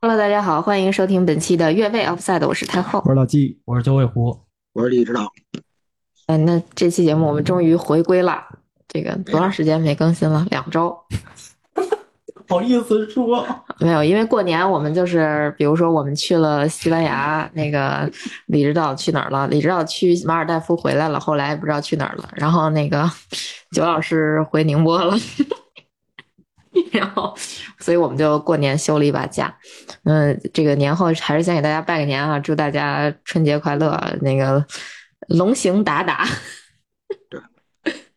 Hello，大家好，欢迎收听本期的越位 Offside，我是太后。我是老纪，我是九尾狐，我是李指导，嗯，那这期节目我们终于回归啦，这个多长时间没更新了？两周 好意思说，没有，因为过年我们就是，比如说我们去了西班牙，那个李指导去哪儿了？李指导去马尔代夫回来了，后来不知道去哪儿了。然后那个 九老师回宁波了， 然后所以我们就过年休了一把假。嗯，这个年后还是先给大家拜个年啊，祝大家春节快乐，啊那个龙行达达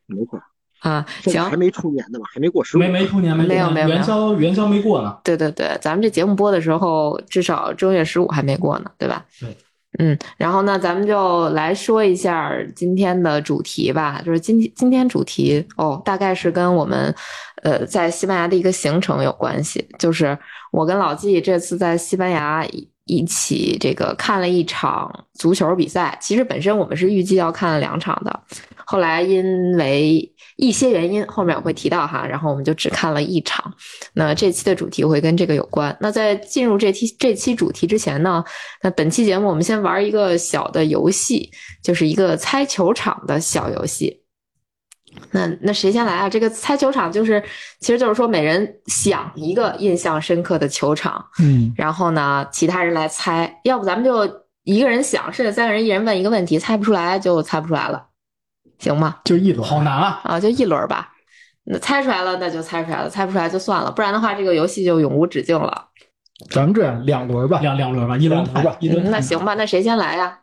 没错，啊，现在行还。没出年呢吧？还没过十五没，没兔年，没兔没有年，没有没有元宵元宵没过呢。对对对，咱们这节目播的时候，至少正月十五还没过呢，对吧？对。嗯，然后呢，咱们就来说一下儿今天的主题吧，就是今今天主题哦，大概是跟我们呃在西班牙的一个行程有关系，就是我跟老纪这次在西班牙一一起这个看了一场足球比赛，其实本身我们是预计要看两场的，后来因为一些原因，后面我会提到哈，然后我们就只看了一场。那这期的主题会跟这个有关。那在进入这期这期主题之前呢，那本期节目我们先玩一个小的游戏，就是一个猜球场的小游戏。那那谁先来啊？这个猜球场就是，其实就是说每人想一个印象深刻的球场，嗯，然后呢，其他人来猜。要不咱们就一个人想，甚至三个人一人问一个问题，猜不出来就猜不出来了，行吗？就一轮，好难啊！啊，就一轮儿吧。那猜出来了，那就猜出来了；猜不出来就算了，不然的话，这个游戏就永无止境了。咱们这样两轮吧。两两轮吧，一轮两轮盘吧，一嗯轮盘那行吧，那谁先来呀？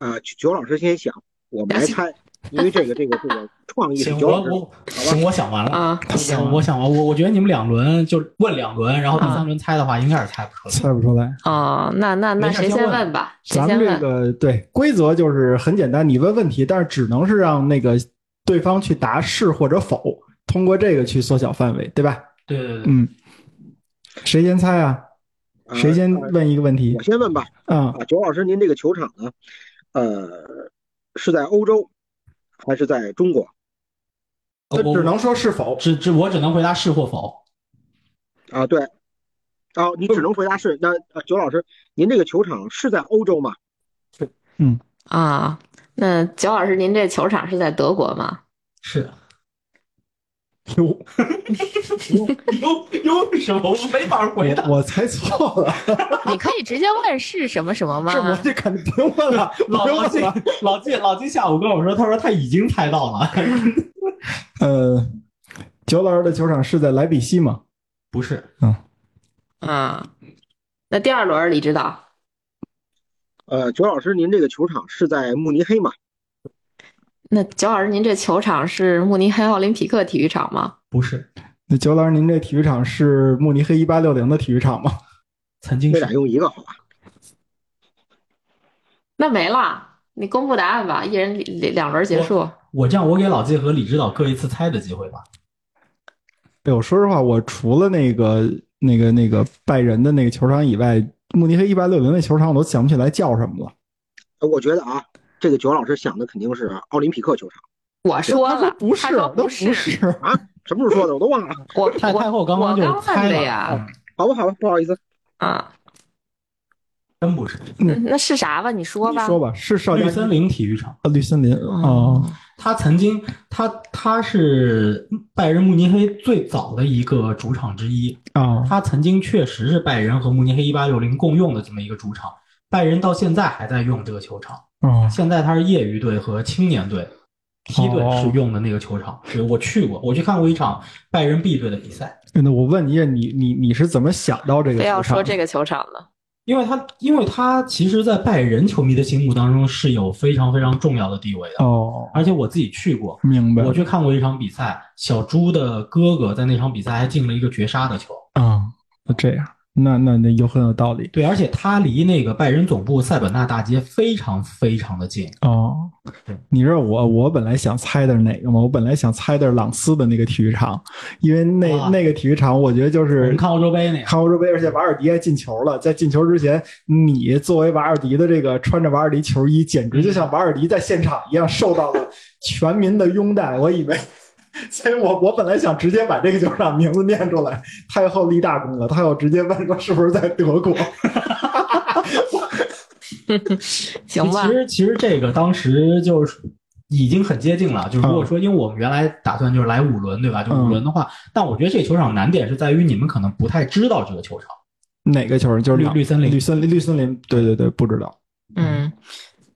呃，九老师先想，我们来猜，因为这个这个这个创意是行，九我老师，我行，我想完了，啊，他想行，我想完，我我觉得你们两轮就问两轮，然后第啊三轮猜的话，应该是猜不出来。猜不出 来。哦，那那那没事谁先先问问吧？谁咱先们这问？个对规则就是很简单，你问问题，但是只能是让那个对方去答是或者否，通过这个去缩小范围，对吧？对对对，嗯，谁先猜啊？呃谁先呃问一个问题我？先问吧，啊啊，九老师，您这个球场呢，呃，是在欧洲还是在中国这呃我只能说是否。只只我只能回答是或否。啊？对，哦，你只能回答是。那呃，九老师，您这个球场是在欧洲吗？啊，那九老师，您这球场是在德国吗？是，哟， 有有什么我没法回答我？我猜错了，你可以直接问是什么什么吗？这我这肯定不用问了，老不用老问季了。老季老季下午跟我说，他说他已经猜到了，呃，九老师的球场是在莱比锡吗？不是，啊，那第二轮李指导呃，九老师，您这个球场是在慕尼黑吗？那九老师，您这球场是慕尼黑奥林匹克体育场吗？不是，那九老师，您这体育场是慕尼黑一八六零的体育场吗？曾经这俩是用一个好吧？那没啦，你公布答案吧，一人两两轮结束。我这样，我给老季和李指导各一次猜的机会吧。对，哎我说实话，我除了那个、那个、那个拜仁的那个球场以外，慕尼黑一八六零那球场我都想不起来叫什么了。呃我觉得啊，这个九老师想的肯定是奥林匹克球场。我说了，不他是，说都不不是，是。什么时候说的？我都忘了。我太太后我刚刚我就刚猜问的了呀，嗯好吧，好吧，不好意思，啊，真不是嗯那是啥吧？你说你吧。嗯说吧，是少绿林森林体育场。绿森林哦，他曾经，他他是拜仁慕尼黑最早的一个主场之一。哦，他曾经确实是拜仁和慕尼黑一八六零共用的这么一个主场。拜仁到现在还在用这个球场，哦，现在他是业余队和青年队梯队哦是用的那个球场。是我去过，我去看过一场拜仁 B 队的比赛。那我问你，你你你是怎么想到这个球场？非要说这个球场了，因为他，因为他其实，在拜仁球迷的心目当中是有非常非常重要的地位的。哦，而且我自己去过，明白我去看过一场比赛，小猪的哥哥在那场比赛还进了一个绝杀的球。啊，那这样，那那那有很有道理对，而且他离那个拜仁总部塞本纳大街非常非常的近。哦对。你知道我我本来想猜的是哪个吗？我本来想猜的是朗斯的那个体育场，因为那哇那个体育场我觉得就我是们看欧洲杯那样，看欧洲杯，而且瓦尔迪还进球了。在进球之前，你作为瓦尔迪的这个穿着瓦尔迪嗯球衣，简直就像瓦尔迪在现场一样，受到了全民的拥戴。我以为所以我我本来想直接把这个球场名字念出来，太后立大功了，他要直接问说是不是在德国？行吧其，实其实这个当时就是已经很接近了，就是如果嗯说，因为我们原来打算就是来五轮，对吧？就嗯五轮的话，但我觉得这球场难点是在于你们可能不太知道这个球场。哪个球场？就是绿两绿森林绿森林，绿森林。对对对，不知道。嗯，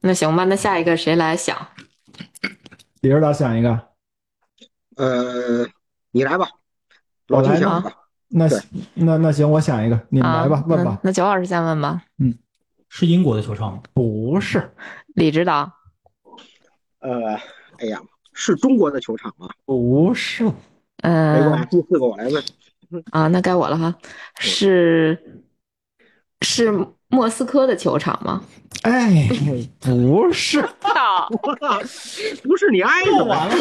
那行吧，那下一个谁来想？李指导想一个，呃，你来吧，老我金来想吗吧。那对那那行，我想一个，你们啊，来吧，问吧那。那九老师先问吧，是英国的球场吗？不是，李指导，呃，哎呀，是中国的球场吗？不是，没嗯关系，第四个我来问。 啊，那该我了哈，是是莫斯科的球场吗？哎，不是，不是你挨着吗？完了，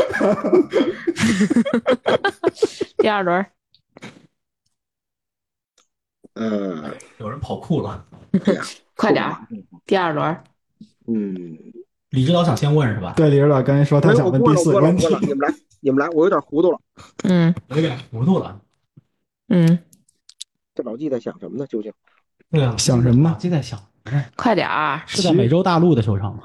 第二轮儿呃，有人跑酷了。快点儿，第二轮儿嗯，李指导想先问是吧？对，李指导刚才说没他有，想我问过第了，四我个过了，问我题过，了。你们来，你们来，我有点糊涂了。嗯有点糊涂了。嗯，这老纪在想什么呢？究竟？对啊，想什么呢我就在想，快点儿，是在美洲大陆的球场吗？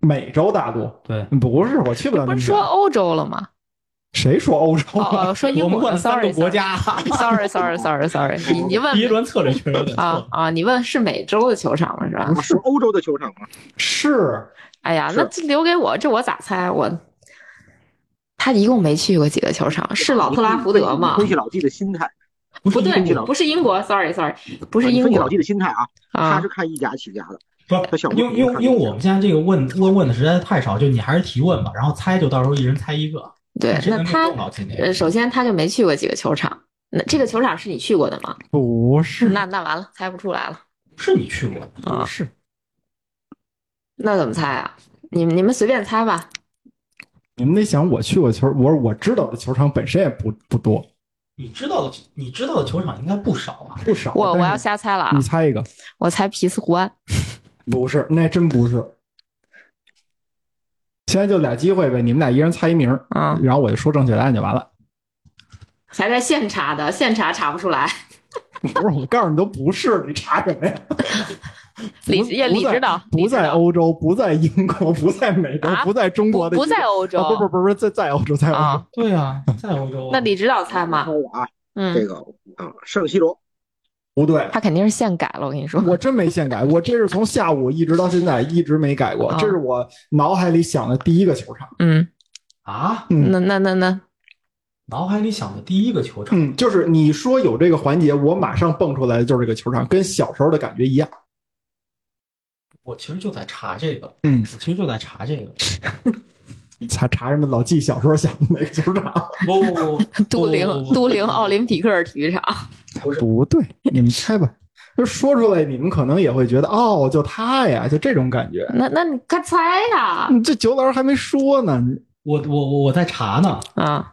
美洲大陆对，不是，我去不了不那是说么远。欧洲了吗？谁说欧洲哦，哦说英我们国问了三个国家， ，sorry，sorry，sorry，sorry，sorry，你你问第一轮测了一圈有点啊错。啊，你问是美洲的球场吗？是吧？嗯是欧洲的球场吗？是哎呀，是那这留给我，这我咋猜？啊我他一共没去过几个球场，是老特拉福德吗你？分析老纪的心态，不不是对英国，不是英国，sorry sorry，不是你英分析国老纪的心态啊，他啊是看意甲起家的，不他小是，因为因为因为我们现在这个问问问的实在太少，就你还是提问吧，然后猜就到时候一人猜一个。对，谁那能他动脑筋点呃，首先他就没去过几个球场。那这个球场是你去过的吗？不是？那那完了，猜不出来了是你去过的，啊！是那怎么猜啊？你们你们随便猜吧。你们得想，我去过球，我说我知道的球场本身也不不多，你知道的，你知道的球场应该不少啊。不少。我我要但是瞎猜了啊你！猜一个，我猜皮斯湖湾。不是，那真不是。现在就俩机会呗，你们俩一人猜一名，嗯，然后我就说正确答案就完了。还在现查的，现查查不出来。不是，我告诉你都不是，你查什么呀？李不也不李在指导，不李指在导欧洲，不在英国，不在美国，啊不在中国不的，不在欧洲啊，不不不不，在在欧洲，在欧洲。啊？对啊，在欧洲啊。那李指导猜看嘛？我啊，这嗯，个啊，圣西罗，不对，他肯定是现改了。我跟你说，我真没现改，我这是从下午一直到现在一直没改过啊，这是我脑海里想的第一个球场。嗯，啊，嗯那那那那，脑海里想的第一个球场，嗯，就是你说有这个环节，我马上蹦出来的就是这个球场，跟小时候的感觉一样。我其实就在查这个，嗯，我其实就在查这个。查查什么老纪小时候想的那个球场？不不不不， 都灵不不不都灵奥林匹克体育场，不对，你们猜吧。就说出来，你们可能也会觉得哦，就他呀，就这种感觉。 那那你快猜呀！嗯这九老师还没说呢，我我我我在查呢，啊，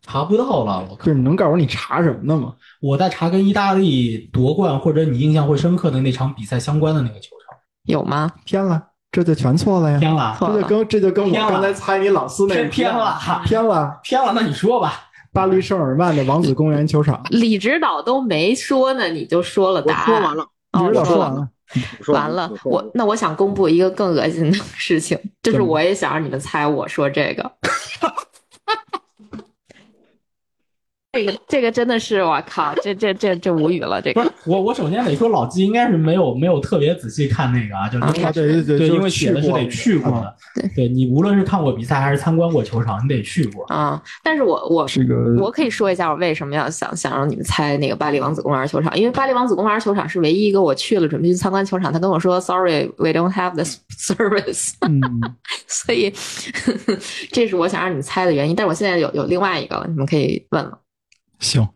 查不到了。我靠，就是你能告诉我你查什么呢吗？我在查跟意大利夺冠或者你印象会深刻的那场比赛相关的那个球场。有吗？偏了，这就全错了呀！偏了，错这了就跟这就跟我偏了刚才猜你朗斯那个偏一样偏了，偏了。偏了。那你说吧，巴黎圣日耳曼的王子公园球场，李指导都没说呢，你就说了我答说案。完了，哦，你知道我说说完了了，我说完了了，，我那我想公布一个更恶心的事情，就是我也想让你们猜，我说这 个，这个这个真的是我靠，这这这这无语了，这不个是我我首先得说老纪应该是没有没有特别仔细看那个啊，就是啊对对对对，就是因为写的是得去过啊的，对你无论是看过比赛还是参观过球场，你得去过。啊、但是我我这 个我可以说一下我为什么要想想让你们猜那个巴黎王子公园球场，因为巴黎王子公园球场是唯一一个我去了准备去参观球场，他跟我说 Sorry, we don't have this service，嗯，所以这是我想让你们猜的原因。但是我现在有有另外一个了，你们可以问了，行。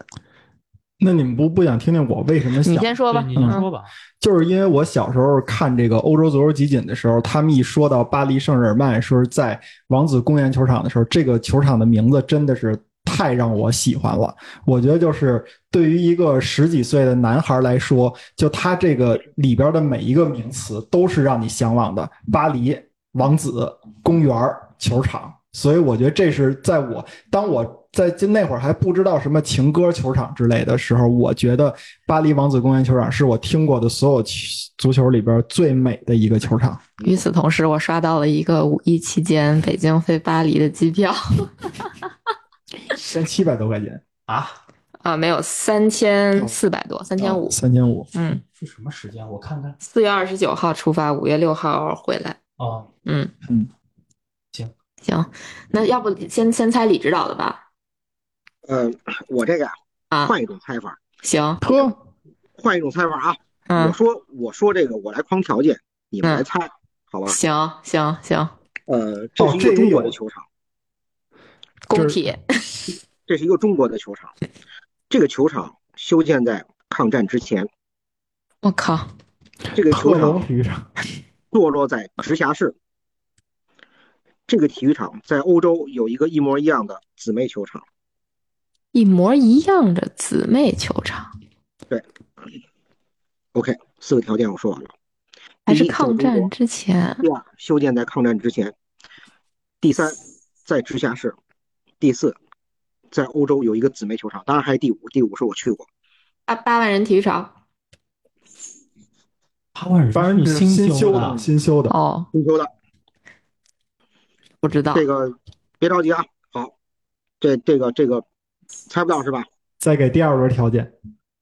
那你们不不想听听我为什么想你？先说吧对，你嗯先说吧。就是因为我小时候看这个欧洲足球集锦的时候，他们一说到巴黎圣日耳曼说是在王子公园球场的时候，这个球场的名字真的是太让我喜欢了。我觉得就是对于一个十几岁的男孩来说，就他这个里边的每一个名词都是让你向往的：巴黎、王子、公园、球场。所以我觉得这是在我当我在就那会儿还不知道什么情歌球场之类的时候，我觉得巴黎王子公园球场是我听过的所有足球里边最美的一个球场。与此同时，我刷到了一个五一期间北京飞巴黎的机票先七百多块钱，啊，啊，没有三千四百多，三千五。三千五，嗯，是什么时间？我看看四月二十九号出发，五月六号回来。哦，嗯嗯，行行，那要不先先猜李指导的吧？呃，我这个啊换一种猜法，行，呵，换一种猜法啊！我嗯，说我说这个，我来框条件，你们嗯来猜，好吧？行行行，呃，这是一这个中也国有的球场，工就是体 这是一个中国的球场。这个球场修建在抗战之前，我靠，这个贺球场龙体育场，坐落在直辖市。这个体育场在欧洲有一个一模一样的姊妹球场，一模一样的姊妹球场，四个条件我说完了。还是第一在抗中国战之前？第二，修建在抗战之前；第三，在直辖市；第四，在欧洲有一个姊妹球场，当然还有第五，第五是我去过。八八万人体育场。八万人反正是是新修修的，新修的，哦，新修的不知道。这个，别着急啊。好，这这个这个猜不到是吧？再给第二轮条件。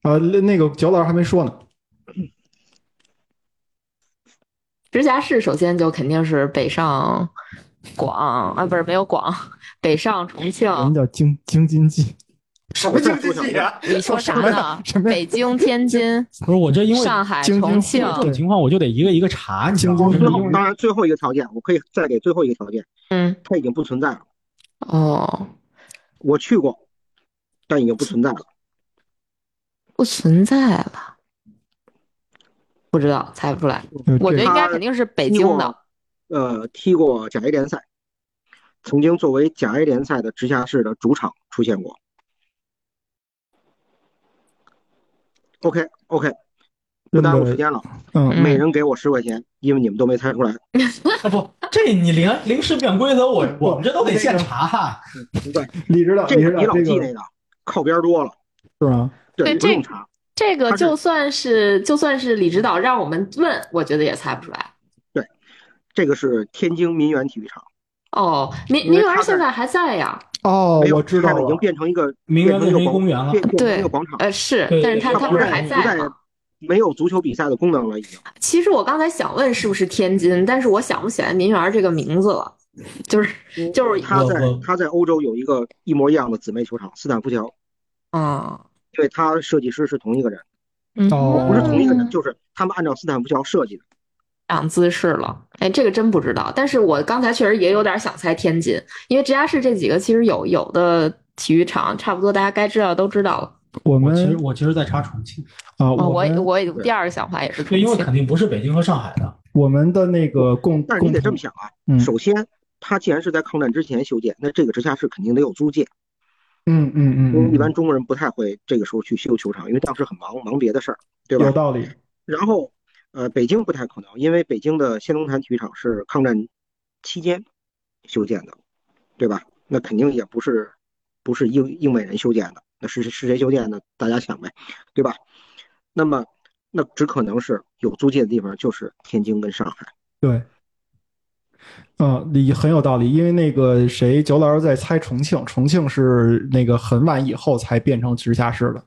啊，那那个九老师还没说呢，直辖市首先就肯定是北上广啊，不是没有广，北上重庆。人叫京京津冀，什么经济系 啊？你说啥 呢什？么呀北京、天津、不是我这因为上海、京津重庆沪这，种情况，我就得一个一个查，你知道吗？京最东后，当然最后一个条件，我可以再给最后一个条件，嗯，它已经不存在了。哦，我去过，但已经不存在了。不存在了，不知道，猜不出来。就我觉得这应该肯定是北京的。呃，踢过甲 A 联赛，曾经作为甲 A 联赛的直辖市的主场出现过。OK OK，不耽误时间了，嗯，嗯每人给我十块钱，因为你们都没猜出来。啊不，这你临临时变规则，我我们这都得现查哈。嗯对，李指导，这李指个导你老这记个那个靠边多了，是吗？对对，不这用查。这个他是就算是就算是李指导让我们问，我觉得也猜不出来。这个是天津民园体育场，哦，民因为民园他儿现在在还在呀？哦没，有我知道它已经了，变成一个名媛变成一个变广成公园了变变成对一个广场，呃，是对，但是他它他不不是在还不在在啊吗？没有足球比赛的功能了，已经。其实我刚才想问是不是天津，但是我想不起来民园儿这个名字了，就是就是他在我我他在欧洲有一个一模一样的姊妹球场斯坦福桥，啊，因为他设计师是同一个人，嗯哦不是同一个人，嗯就是他们按照斯坦福桥设计的。长姿势了。哎，这个真不知道，但是我刚才确实也有点想猜天津，因为直辖市这几个其实有有的体育场差不多，大家该知道都知道了。我我其实们我其实在查重庆，啊，哦，我们我第二个想法也是重对，因为庆肯定不是北京和上海的。我们的那个共，但是你得这共么想啊，嗯首先，他既然是在抗战之前修建，那这个直辖市肯定得有租界，嗯嗯因为嗯，一般中国人不太会这个时候去修球场，因为当时很忙，忙别的事儿，对有吧？道理，然后，呃，北京不太可能，因为北京的先农坛体育场是抗战期间修建的，对吧？那肯定也不是不是英英美人修建的，那是是谁修建的？大家想呗，对吧？那么，那只可能是有租界的地方就是天津跟上海。对。嗯，你很有道理，因为那个谁，九老师在猜重庆，重庆是那个很晚以后才变成直辖市的。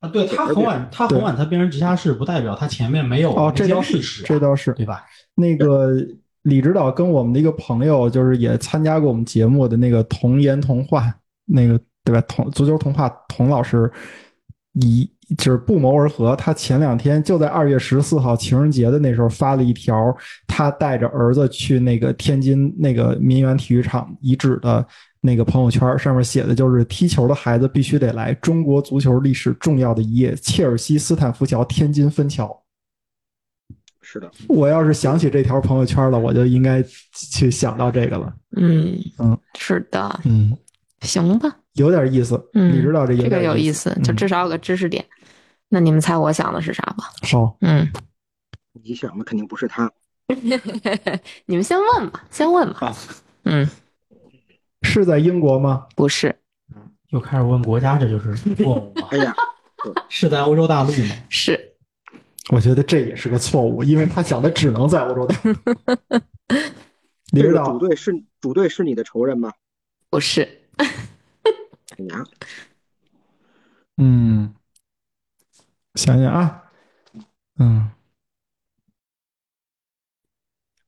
啊，对，它很晚，它很晚才变成直辖市，不代表它前面没有哦，这倒件是历史，，啊这倒是。对吧？那个李指导跟我们的一个朋友，就是也参加过我们节目的那个童言童话，那个对吧？童足球童话童老师，以就是不谋而合，他前两天就在二月十四号情人节的那时候发了一条，他带着儿子去那个天津那个民园体育场遗址的。那个朋友圈上面写的就是踢球的孩子必须得来中国足球历史重要的一页——切尔西斯坦福桥天津分桥。是的，我要是想起这条朋友圈了，我就应该去想到这个了。嗯嗯，是的，嗯，行吧。有点意思。嗯你知道这有这个点有意意嗯思，就至少有个知识点。那你们猜我想的是啥吧？好，嗯，你想的肯定不是他。啊你们先问吧，先问吧。嗯，是在英国吗？不是，又开始问国家，这就是错误嘛？哎呀，是在欧洲大陆吗？是我觉得这也是个错误，因为他想的只能在欧洲大陆。 李这指个主导，队是主队是你的仇人吗？不是？哎呀，嗯，想想啊，嗯，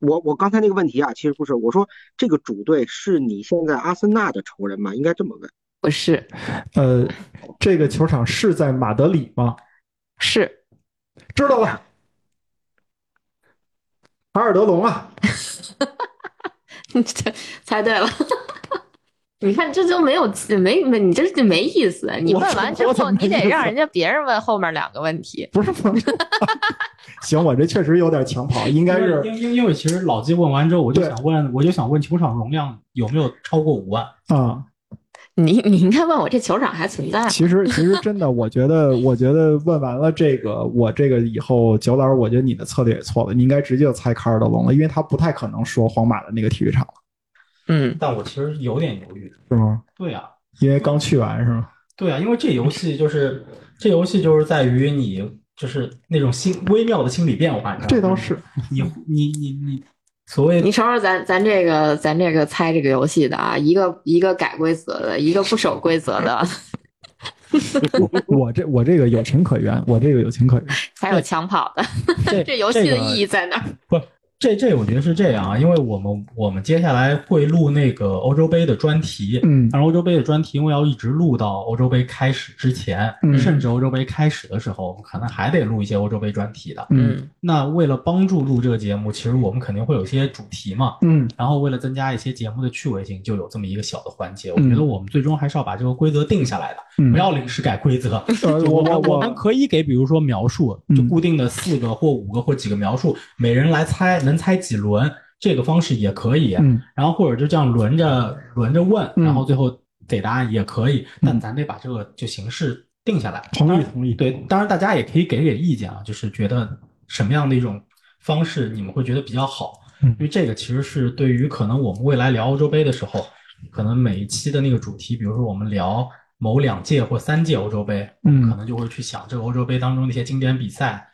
我我刚才那个问题啊，其实不是，我说这个主队是你现在阿森纳的仇人吗？应该这么问。不是，呃，这个球场是在马德里吗？是 知道了，卡尔德隆啊，猜对了。 你看，这就没有没没，你这就没意思。啊你我问完之我怎后，么你没意得思让人家别人问后面两个问题。不是吗？ 行，我这确实有点抢跑，应该因为是因因因为其实老季问完之后，我就对想问，我就想问球场容量有没有超过五万？啊、你你应该问我这球场还存在吗？其实其实真的，我觉得我觉得问完了这个，我这个以后九老师，我觉得你的策略也错了，你应该直接就猜卡尔德隆了，因为他不太可能说皇马的那个体育场了，嗯，但我其实有点犹豫。是吗？对啊，因为刚去完是吗？对啊，因为这游戏就是这游戏就是在于你就是那种心微妙的心理变化，你知道吗这倒是，你你你你所谓 你瞅瞅咱咱这个咱这个猜这个游戏的啊，一个一个改规则的，一个不守规则的， 我这我这个有情可原，我这个有情可原。还有抢跑的。这这游戏的意义。义在哪儿？这这我觉得是这样啊，因为我们我们接下来会录那个欧洲杯的专题，嗯但是欧洲杯的专题因为要一直录到欧洲杯开始之前，嗯甚至欧洲杯开始的时候，我们可能还得录一些欧洲杯专题的。嗯那为了帮助录这个节目，其实我们肯定会有一些主题嘛，嗯然后为了增加一些节目的趣味性，就有这么一个小的环节。我嗯觉得我们最终还是要把这个规则定下来的，嗯，不要临时改规则。 呃，就我我们我我们我可以给，比如说描述，嗯就固定的四个或五个或几个描述，每人来猜，能猜几轮，这个方式也可以。嗯然后或者就这样轮着轮着问，嗯然后最后给答案也可以。但咱得把这个就形式定下来。同当意然同意，对，当然大家也可以给给意见啊，就是觉得什么样的一种方式你们会觉得比较好，嗯因为这个其实是对于可能我们未来聊欧洲杯的时候，可能每一期的那个主题，比如说我们聊某两届或三届欧洲杯，嗯可能就会去想这个欧洲杯当中那些经典比赛。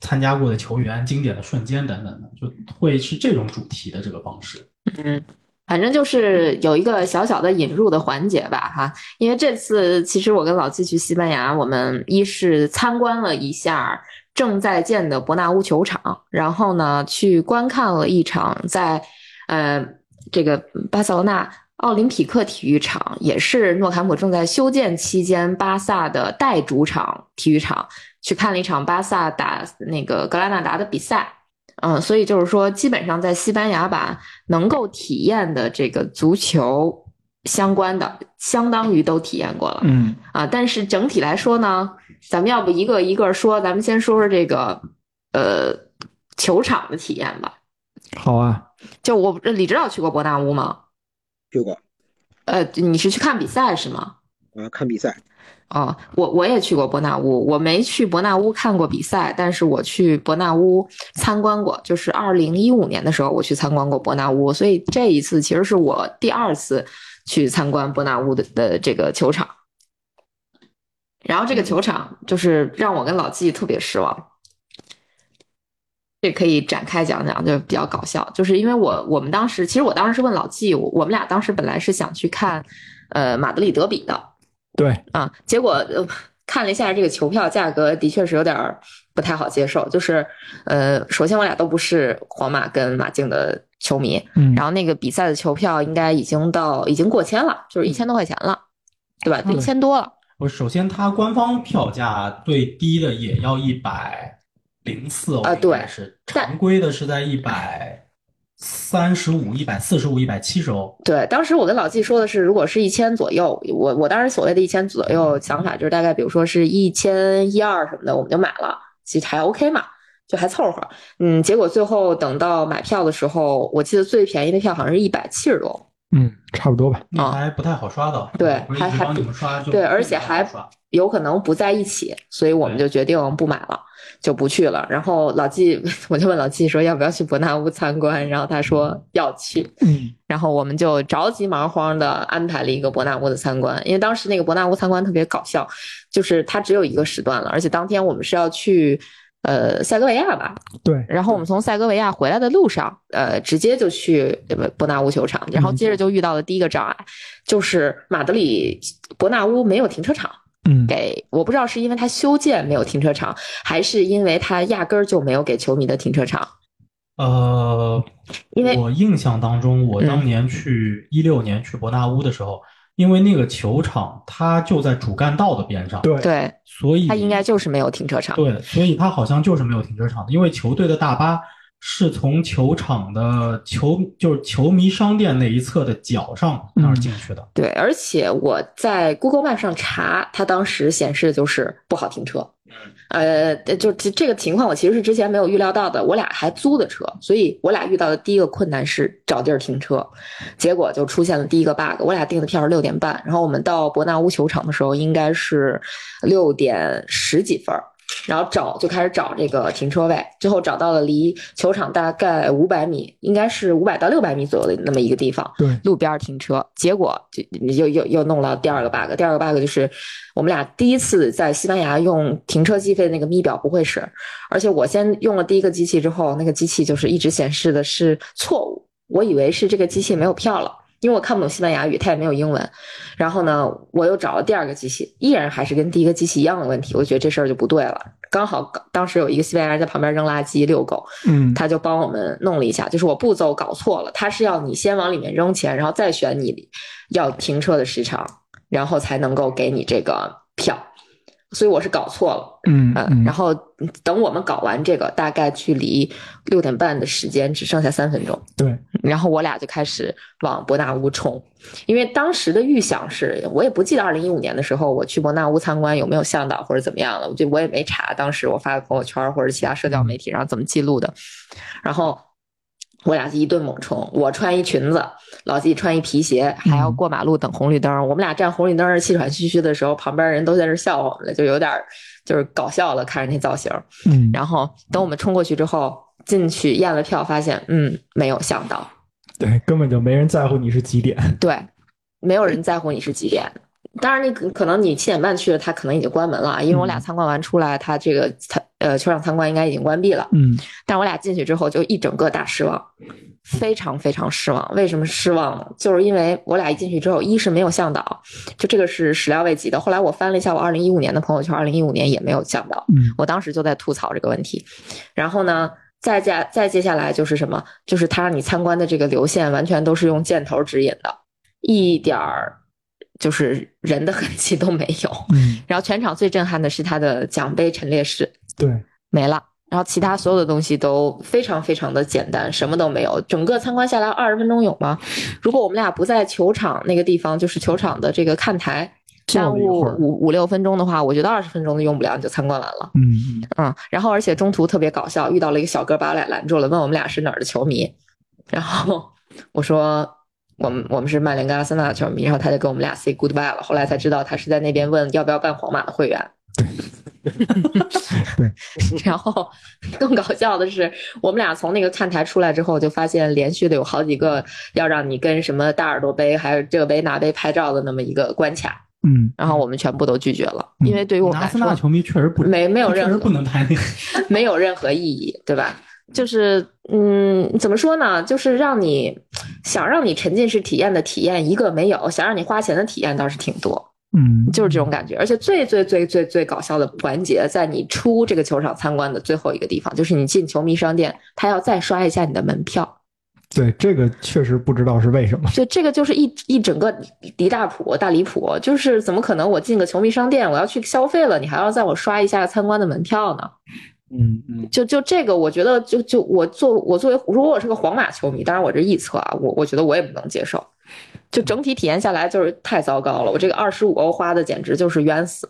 参加过的球员、经典的瞬间等等的，就会是这种主题的这个方式。嗯，反正就是有一个小小的引入的环节吧，哈，因为这次其实我跟老季去西班牙，我们一是参观了一下正在建的伯纳乌球场，然后呢去观看了一场在呃这个巴塞罗那。奥林匹克体育场也是诺坎普正在修建期间巴萨的代主场体育场，去看了一场巴萨打那个格拉纳达的比赛。嗯，所以就是说，基本上在西班牙吧，能够体验的这个足球相关的，相当于都体验过了嗯啊。但是整体来说呢，咱们要不一个一个说，咱们先说说这个呃球场的体验吧。好啊，就我不李指导去过伯纳乌吗？去过呃，你是去看比赛是吗？啊，看比赛，哦，我我也去过伯纳乌，我没去伯纳乌看过比赛，但是我去伯纳乌参观过，就是二零一五年的时候我去参观过伯纳乌，所以这一次其实是我第二次去参观伯纳乌的的这个球场。然后这个球场就是让我跟老季特别失望，这可以展开讲讲，就比较搞笑。就是因为我我们当时，其实我当时是问老季，我我们俩当时本来是想去看，呃，马德里德比的，对，啊，结果呃看了一下这个球票价格，的确是有点儿不太好接受。就是呃，首先我俩都不是皇马跟马竞的球迷，嗯然后那个比赛的球票应该已经到已经过千了，就是一千多块钱了，对吧？嗯一千多了。我首先，它官方票价最低的也要一百零四欧，啊应该对是但常规的是在一百三十五、一百四十五、一百七十欧。对，当时我跟老季说的是，如果是一千左右，我我当时所谓的一千左右嗯想法就是大概，比如说是一千一二什么的，我们就买了，其实还 OK 嘛，就还凑合。嗯，结果最后等到买票的时候，我记得最便宜的票好像是一百七十多，嗯差不多吧。那还不太好刷到，对我一还直还帮你们刷就对不而太且好还刷有可能不在一起，所以我们对就决定不买了，就不去了。然后老纪， 我就问老纪说要不要去伯纳乌参观，然后他说要去，嗯，然后我们就着急忙慌的安排了一个伯纳乌的参观，因为当时那个伯纳乌参观特别搞笑，就是它只有一个时段了，而且当天我们是要去。呃，塞戈维亚吧，对，然后我们从塞戈维亚回来的路上，呃，直接就去呃伯纳乌球场，然后接着就遇到了第一个障碍，就是马德里伯纳乌没有停车场。嗯，给我不知道是因为它修建没有停车场，还是因为它压根儿就没有给球迷的停车场。呃，因为我印象当中，我嗯当年去一六年去伯纳乌的时候，因为那个球场它就在主干道的边上，对，对，所以它应该就是没有停车场。对，所以它好像就是没有停车场的，因为球队的大巴是从球场的球就是球迷商店那一侧的角上嗯那儿进去的。对，而且我在 Google Map 上查，它当时显示就是不好停车。呃，就这这个情况，我其实是之前没有预料到的。我俩还租的车，所以我俩遇到的第一个困难是找地儿停车，结果就出现了第一个 bug。我俩订的票是六点半，然后我们到伯纳乌球场的时候应该是六点十几分儿，然后找就开始找这个停车位，最后找到了离球场大概五百米，应该是五百到六百米左右的那么一个地方。对，路边儿停车，结果就又又又弄了第二个 bug。第二个 bug 就是我们俩第一次在西班牙用停车计费那个咪表不会使，而且我先用了第一个机器之后，那个机器就是一直显示的是错误，我以为是这个机器没有票了。因为我看不懂西班牙语，它也没有英文，然后呢，我又找了第二个机器，依然还是跟第一个机器一样的问题，我觉得这事儿就不对了。刚好当时有一个西班牙人在旁边扔垃圾遛狗，嗯，他就帮我们弄了一下，就是我步骤搞错了，他是要你先往里面扔钱，然后再选你要停车的时长，然后才能够给你这个票，所以我是搞错了。嗯嗯，然后后等我们搞完这个，大概距离六点半的时间只剩下三分钟，对，然后我俩就开始往伯纳乌冲，因为当时的预想是我也不记得二零一五年的时候我去伯纳乌参观有没有向导或者怎么样了，我就我也没查，当时我发个朋友圈或者其他社交媒体上怎么记录的，然后我俩就一顿猛冲，我穿一裙子，老纪穿一皮鞋，还要嗯过马路等红绿灯。我们俩站红绿灯儿气喘吁吁的时候，旁边人都在这笑我们了，就有点儿就是搞笑了，看着那造型。嗯，然后等我们冲过去之后，进去验了票，发现嗯没有向导，对，根本就没人在乎你是几点，对，没有人在乎你是几点。当然，你可可能你七点半去了，他可能已经关门了啊，因为我俩嗯参观完出来，他这个参呃球场参观应该已经关闭了。嗯但我俩进去之后就一整个大失望，非常非常失望。为什么失望呢？就是因为我俩一进去之后，一是没有向导，就这个是始料未及的。后来我翻了一下我二零一五年的朋友圈，二零一五年也没有向导，嗯我当时就在吐槽这个问题。然后呢，再接再接下来就是什么？就是他让你参观的这个流线完全都是用箭头指引的，一点儿就是人的痕 迹都没有。嗯，然后全场最震撼的是他的奖杯陈列室，对，没了。然后其他所有的东西都非常非常的简单，什么都没有。整个参观下来二十分钟有吗？如果我们俩不在球场那个地方，就是球场的这个看台坐耽了一误会儿五五六分钟的话，我觉得二十分钟都用不了，你就参观完了。嗯嗯，然后而且中途特别搞笑，遇到了一个小哥把我俩拦住了，问我们俩是哪儿的球迷，然后我说我们我们是曼联跟阿森纳的球迷，然后他就跟我们俩 say goodbye 了。后来才知道他是在那边问要不要办皇马的会员。 对， 然后更搞笑的是，我们俩从那个看台出来之后，就发现连续的有好几个要让你跟什么大耳朵杯还有这个杯那杯拍照的那么一个关卡，嗯然后我们全部都拒绝了，因为对于我们阿来森纳说球迷确实不没没有确任实何不能拍那个。没有任何意义，对吧？就是，嗯，怎么说呢？就是让你想让你沉浸式体验的体验一个没有，想让你花钱的体验倒是挺多，嗯，就是这种感觉。而且最最最最最搞笑的环节，在你出这个球场参观的最后一个地方，就是你进球迷商店，他要再刷一下你的门票。对，这个确实不知道是为什么，就这个就是一一整个离大谱大离谱，就是怎么可能我进个球迷商店，我要去消费了，你还要在我刷一下参观的门票呢？嗯嗯就就这个，我觉得就就我作我作为如果我是个皇马球迷，当然我这臆测啊，我我觉得我也不能接受。就整体体验下来就是太糟糕了，我这个二十五欧花的简直就是冤死。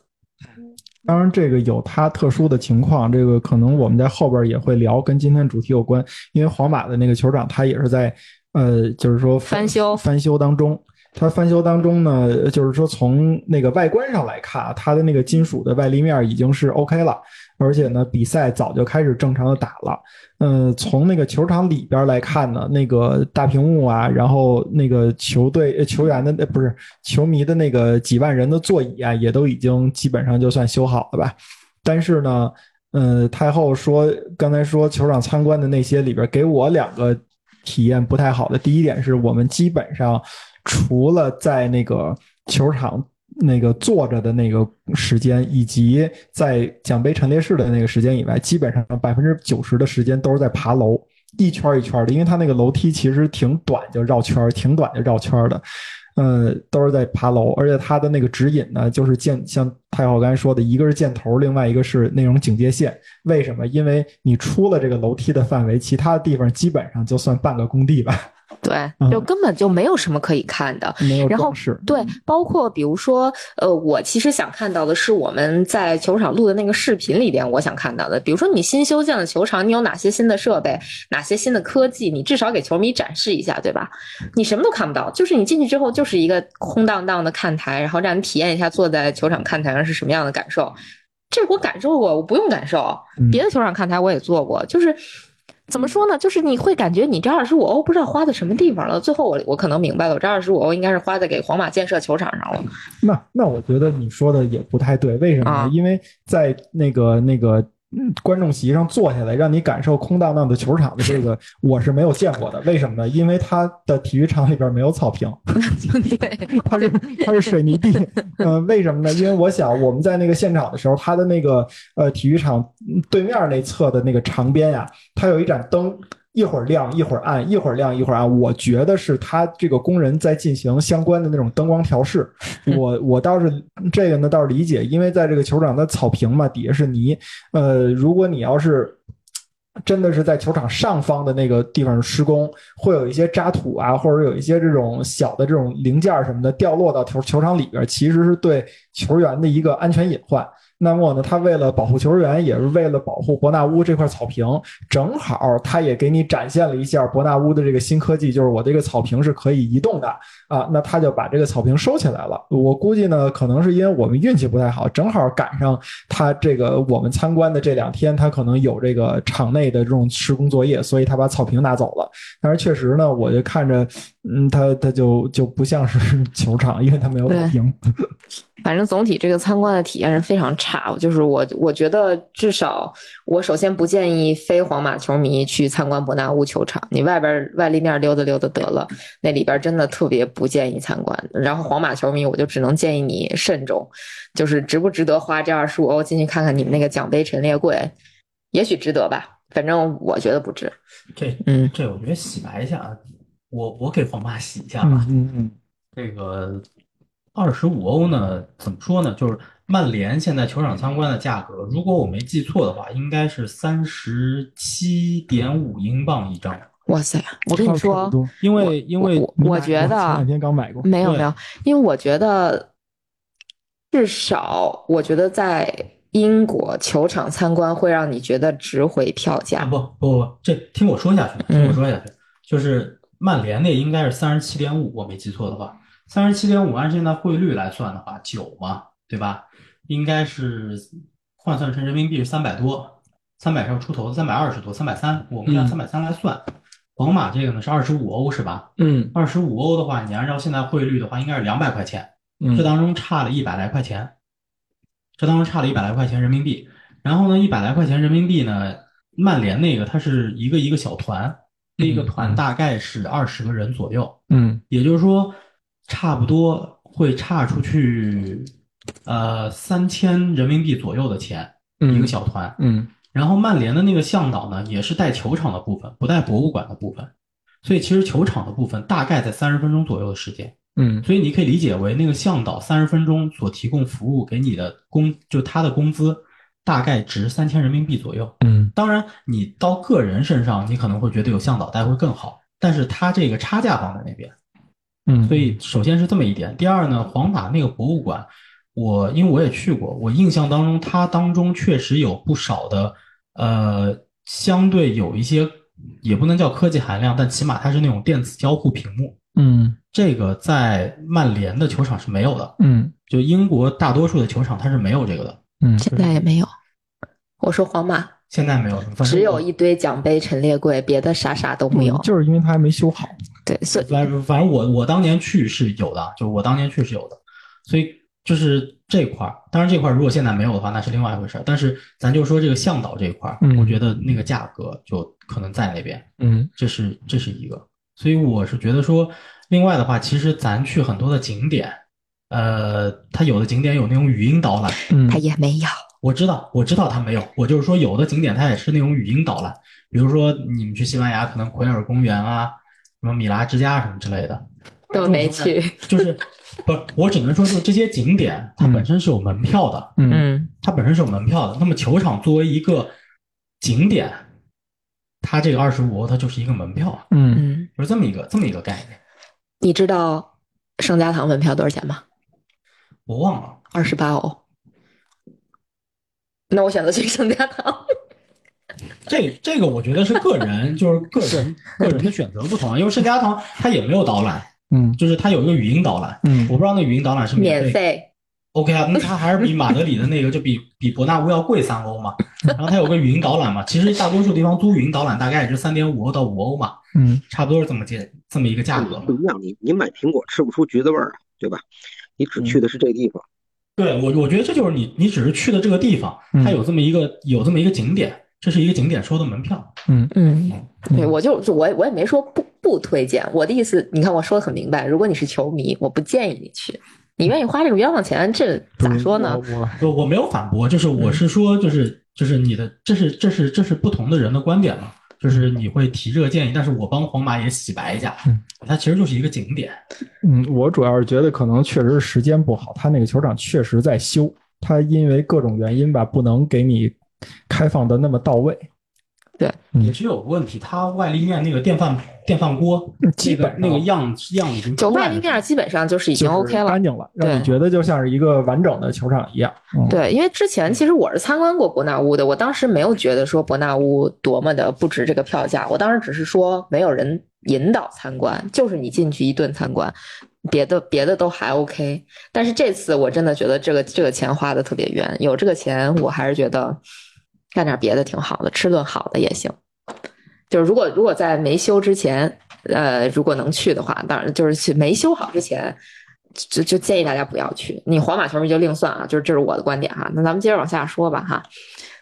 当然，这个有它特殊的情况，这个可能我们在后边也会聊，跟今天主题有关。因为皇马的那个球场，它也是在呃，就是说翻修翻修当中，它翻修当中呢，就是说从那个外观上来看啊，它的那个金属的外立面已经是 OK 了，而且呢，比赛早就开始正常的打了。嗯，从那个球场里边来看呢，那个大屏幕啊，然后那个球队呃球员的呃不是球迷的那个几万人的座椅啊，也都已经基本上就算修好了吧。但是呢，呃，太后说刚才说球场参观的那些里边，给我两个体验不太好的。第一点是我们基本上除了在那个球场那个坐着的那个时间，以及在奖杯陈列室的那个时间以外，基本上百分之九十的时间都是在爬楼，一圈一圈的，因为它那个楼梯其实挺短，就绕圈儿，挺短就绕圈儿的。呃，都是在爬楼，而且它的那个指引呢，就是箭，像太后刚才说的，一个是箭头，另外一个是那种警戒线。为什么？因为你出了这个楼梯的范围，其他地方基本上就算半个工地吧，对，就根本就没有什么可以看的。没有然后装饰。对，包括比如说，呃，我其实想看到的是我们在球场录的那个视频里边，我想看到的，比如说你新修建的球场，你有哪些新的设备，哪些新的科技，你至少给球迷展示一下，对吧？你什么都看不到，就是你进去之后就是一个空荡荡的看台，然后让你体验一下坐在球场看台上是什么样的感受。这我感受过，我不用感受嗯，别的球场看台我也做过，就是。怎么说呢？就是你会感觉你这二十五欧不知道花在什么地方了。最后我我可能明白了，我这二十五欧应该是花在给皇马建设球场上了。 那那我觉得你说的也不太对，为什么呢？啊因为在那个那个嗯观众席上坐下来，让你感受空荡荡的球场的这个，我是没有见过的。为什么呢？因为它的体育场里边没有草坪，对，它是它是水泥地，呃，为什么呢？因为我想我们在那个现场的时候，它的那个呃体育场对面那侧的那个长边呀、它有一盏灯，一会儿亮一会儿暗，一会儿亮一会儿暗。我觉得是它这个工人在进行相关的那种灯光调试。我我倒是这个呢倒是理解，因为在这个球场的草坪嘛，底下是泥，呃，如果你要是真的是在球场上方的那个地方施工，会有一些渣土啊，或者有一些这种小的这种零件儿什么的掉落到球球场里边儿，其实是对球员的一个安全隐患。那么呢，他为了保护球员，也是为了保护伯纳乌这块草坪，正好他也给你展现了一下伯纳乌的这个新科技，就是我这个草坪是可以移动的啊。那他就把这个草坪收起来了。我估计呢，可能是因为我们运气不太好，正好赶上他这个我们参观的这两天，他可能有这个场内的这种施工作业，所以他把草坪拿走了。但是确实呢，我就看着，嗯，它它就就不像是 球场，因为它没有草坪。反正总体这个参观的体验是非常差。就是我我觉得至少我首先不建议非皇马球迷去参观伯纳乌球场，你外边外立面溜达溜达得了，那里边真的特别不建议参观。然后皇马球迷，我就只能建议你慎重，就是值不值得花这二十五欧进去看看你们那个奖杯陈列柜，也许值得吧。反正我觉得不值，这嗯，这我觉得洗白一下，啊，我我给皇马洗一下吧。嗯嗯嗯，这个二十五欧呢，怎么说呢？就是曼联现在球场参观的价格，如果我没记错的话，应该是三十七点五英镑一张。哇塞！我跟你说，因为因为我你买我觉得过前啊两天刚买过，没有对没有，因为我觉得至少我觉得在英国球场参观会让你觉得值回票啊嗯价。不不不，这听我说下去，嗯听我说下去，就是曼联那应该是三十七点五，我没记错的话，三十七点五按现在汇率来算的话，九嘛，对吧？应该是换算成人民币是三百多，三百上出头，三百二十多，三百三，我们按嗯三百三来算。皇马这个呢是二十五欧是吧？嗯二十五欧的话，你按照现在汇率的话，应该是两百块钱。这嗯当中差了一百来块钱，这当中差了一百来块钱人民币。然后呢，一百来块钱人民币呢，曼联那个它是一个一个小团，那个团大概是二十个人左右，嗯，也就是说，差不多会差出去呃三千人民币左右的钱嗯一个小团。嗯然后曼联的那个向导呢，也是带球场的部分，不带博物馆的部分，所以其实球场的部分大概在三十分钟左右的时间。嗯所以你可以理解为那个向导三十分钟所提供服务给你的工，就他的工资大概值三千人民币左右。嗯当然，你到个人身上，你可能会觉得有向导带会更好，但是他这个差价放在那边，嗯，所以首先是这么一点。第二呢，皇马那个博物馆，我因为我也去过，我印象当中它当中确实有不少的，呃，相对有一些也不能叫科技含量，但起码它是那种电子交互屏幕，嗯这个在曼联的球场是没有的，嗯就英国大多数的球场它是没有这个的。嗯现在也没有。我说皇马现在没有什么，反正只有一堆奖杯陈列柜，别的啥啥都没有。就是因为它还没修好。对，所以反正反正我我当年去是有的，就是我当年去是有的，所以就是这块儿，当然这块儿如果现在没有的话，那是另外一回事儿。但是咱就说这个向导这一块儿，嗯我觉得那个价格就可能在那边，嗯这是这是一个。所以我是觉得说，另外的话，其实咱去很多的景点，呃，它有的景点有那种语音导览，嗯他也没有。我知道，我知道它没有。我就是说，有的景点它也是那种语音导览，比如说你们去西班牙，可能奎尔公园啊，什么米拉之家什么之类的，嗯都没去。就是 不是，我只能说，就这些景点它本身是有门票的，嗯嗯，它本身是有门票的。那么球场作为一个景点，它这个二十五欧它就是一个门票，嗯嗯，就是这么一个这么一个概念。你知道圣家堂门票多少钱吗？我忘了，二十八欧。那我选择去圣家堂。这这个我觉得是个人，就是个人个人的选择不同，因为圣家堂它也没有导览，嗯就是它有一个语音导览。嗯我不知道那语音导览是免免费， OK 啊，那它还是比马德里的那个，就比 比伯纳乌要贵三欧嘛。然后它有个语音导览嘛，其实大多数地方租语音导览大概也就三点五欧到五欧嘛，嗯差不多是这么介这么一个价格嘛不。一样，你你买苹果吃不出橘子味儿啊，对吧？你只去的是这地方，对我，我觉得这就是你，你只是去的这个地方，嗯它有这么一个有这么一个景点，这是一个景点收的门票。嗯，对嗯我就我也我也没说不不推荐，我的意思，你看我说的很明白，如果你是球迷，我不建议你去，你愿意花这种冤枉钱，这咋说呢？？我我我没有反驳，就是嗯我是说，就是就是你的，这是这是这是不同的人的观点嘛，就是你会提这个建议，但是我帮皇马也洗白一下嗯，它其实就是一个景点。嗯，我主要是觉得可能确实是时间不好，他那个球场确实在修，他因为各种原因吧，不能给你开放的那么到位。嗯也是有个问题，它外立面那个电饭电饭锅，嗯基本上那个那个样样已经九块出来零了面基本上就是已经就是 OK 了，干净了，让你对觉得就像是一个完整的球场一样。嗯，对，因为之前其实我是参观过伯纳乌的，我当时没有觉得说伯纳乌多么的不值这个票价，我当时只是说没有人引导参观，就是你进去一顿参观，别的别的都还 OK。但是这次我真的觉得这个这个钱花的特别冤，有这个钱我还是觉得干点别的挺好的，吃顿好的也行。就是如果如果在没修之前，呃，如果能去的话，当然就是去没修好之前，就就建议大家不要去。你皇马球迷就另算啊，就是这是我的观点哈。那咱们接着往下说吧哈。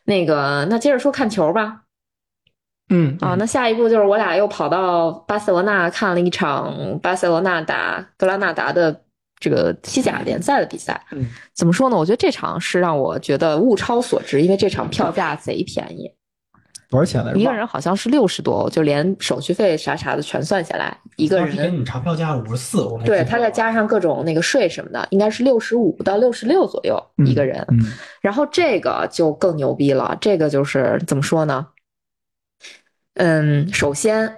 那个，那接着说看球吧。嗯啊，那下一步就是我俩又跑到巴塞罗那看了一场巴塞罗那打格拉纳达的这个西甲联赛的比赛。嗯，怎么说呢？我觉得这场是让我觉得物超所值，因为这场票价贼便宜。多少钱来着？一个人好像是六十多欧，就连手续费啥啥的全算下来，一个当时给人你查票价五十四，我没对记错啊他再加上各种那个税什么的，应该是六十五到六十六左右一个人。嗯然后这个就更牛逼了，这个就是怎么说呢？嗯，首先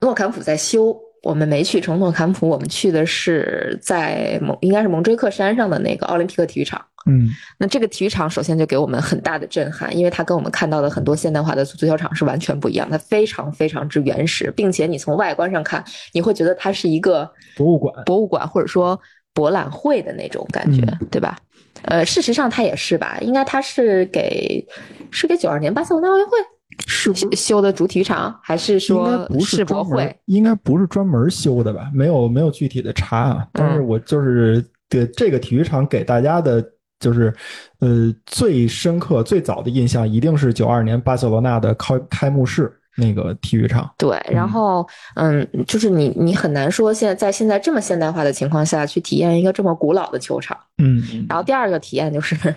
诺坎普在修，我们没去成诺坎普，我们去的是在蒙，应该是蒙锥克山上的那个奥林匹克体育场。嗯那这个体育场首先就给我们很大的震撼，因为它跟我们看到的很多现代化的足足球场是完全不一样，它非常非常之原始，并且你从外观上看，你会觉得它是一个博物馆博物馆或者说博览会的那种感觉，嗯对吧？呃，事实上它也是吧，应该它是给是给九二年巴塞罗那奥运会是不是修修的主体育场，还是应该说不是世博专门会？，应该不是专门修的吧？没有没有具体的查啊，但是嗯我就是对这个体育场给大家的，就是呃最深刻、最早的印象，一定是九二年巴塞罗那的开开幕式那个体育场。对，然后嗯，就是你你很难说现在在现在这么现代化的情况下去体验一个这么古老的球场。嗯，然后第二个体验就是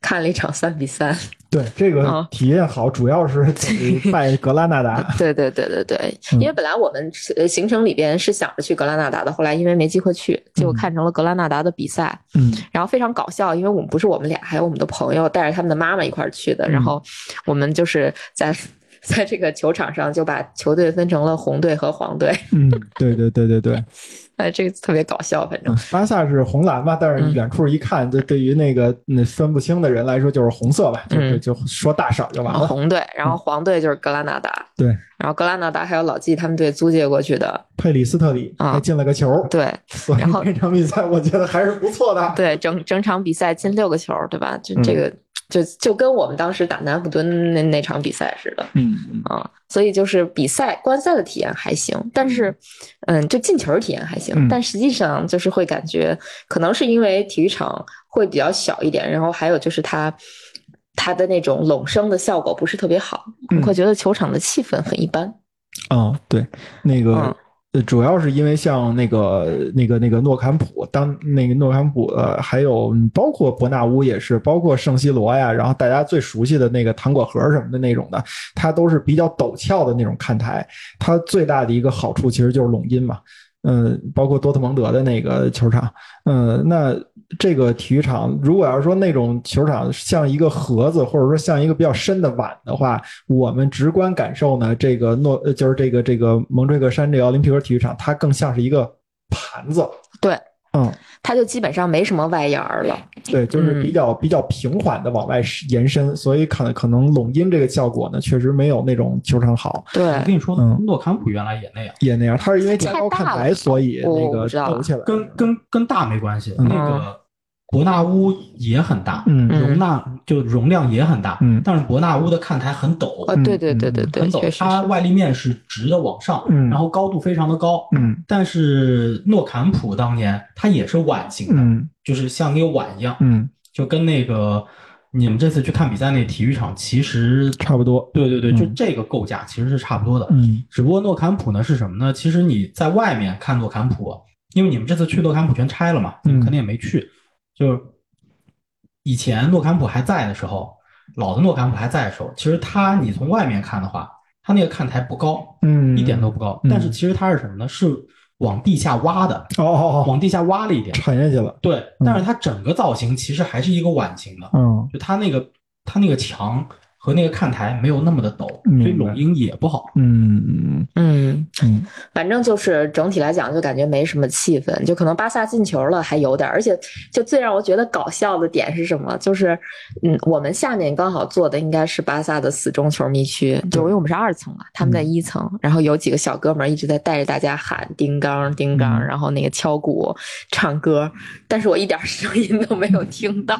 看了一场三比三，对，这个啊体验好，主要是 拜格拉纳达。对对对对对，啊嗯因为本来我们是呃行程里边是想着去格拉纳达的，后来因为没机会去，结果嗯看成了格拉纳达的比赛，嗯然后非常搞笑，因为我嗯们不是我们俩，还有我们的朋友带着他们的妈妈一块儿去的，然后我们就是在 在这个球场上就把球队分成了红队和黄队，嗯， 对对对对对，哎，这个特别搞笑，反正嗯巴萨是红蓝嘛，但是嗯远处一看，就对于那个那分不清的人来说，就是红色吧，就嗯就就说大色儿就完然后了。啊嗯红队，然后黄队就是格拉纳达，对，然后格拉纳达还有老季他们队租借过去的，佩里斯特里啊还进了个球，对所以然后这场比赛我觉得还是不错的。 对，整整场比赛进六个球，对吧？就嗯这个、就就跟我们当时打南普敦那那场比赛似的，嗯，嗯啊，所以就是比赛观赛的体验还行，但是，嗯，就进球儿体验还行，嗯但实际上就是会感觉，可能是因为体育场会比较小一点，然后还有就是它它的那种拢声的效果不是特别好，嗯会觉得球场的气氛很一般。啊、对，那个、嗯呃主要是因为像那个、那个、那个诺坎普，当那个诺坎普，呃，还有嗯包括伯纳乌也是，包括圣西罗呀，然后大家最熟悉的那个糖果盒什么的那种的，它都是比较陡峭的那种看台。它最大的一个好处其实就是拢音嘛，嗯、包括多特蒙德的那个球场，嗯，那这个体育场，如果要是说那种球场像一个盒子，或者说像一个比较深的碗的话，我们直观感受呢，这个诺呃就是这个这个蒙锥克山这个奥林匹克体育场，它更像是一个盘子。对，嗯，它就基本上没什么外沿儿了，对，嗯就是比较比较平缓的往外延伸，所以可可能拢音这个效果呢，确实没有那种球场好。对我，跟你说嗯，诺坎普原来也那样，也那样，它是因为加高太看大了台，所以那哦个我知道了抖起来了。跟跟跟大没关系。嗯那个伯纳乌也很大，嗯嗯容纳就容量也很大，嗯但是伯纳乌的看台很陡，呃、嗯对对对对嗯对，很陡确，实它是，外立面是直的往上，嗯然后高度非常的高。嗯但是诺坎普当年它也是碗型的，嗯就是像一个碗一样，嗯，就跟那个你们这次去看比赛那体育场，其实差不多。对对对，就嗯这个构架其实是差不多的。嗯只不过诺坎普呢是什么呢？其实你在外面看诺坎普，因为你们这次去诺坎普全拆了嘛，你们嗯肯定也没去。就是以前诺坎普还在的时候，老的诺坎普还在的时候，其实它你从外面看的话，它那个看台不高，嗯，一点都不高。嗯但是其实它是什么呢？是往地下挖的，哦哦哦，往地下挖了一点。沉下去了。对，但是它整个造型其实还是一个碗形的，嗯就它那个它那个墙和那个看台没有那么的陡，所以明白拢音也不好。嗯嗯，嗯反正就是整体来讲，就感觉没什么气氛，就可能巴萨进球了还有点儿，而且就最让我觉得搞笑的点是什么？就是，嗯，我们下面刚好坐的应该是巴萨的死忠球迷区，就因为我们是二层嘛，他们在一层，然后有几个小哥们儿一直在带着大家喊叮当叮当，嗯然后那个敲鼓唱歌，但是我一点儿声音都没有听到。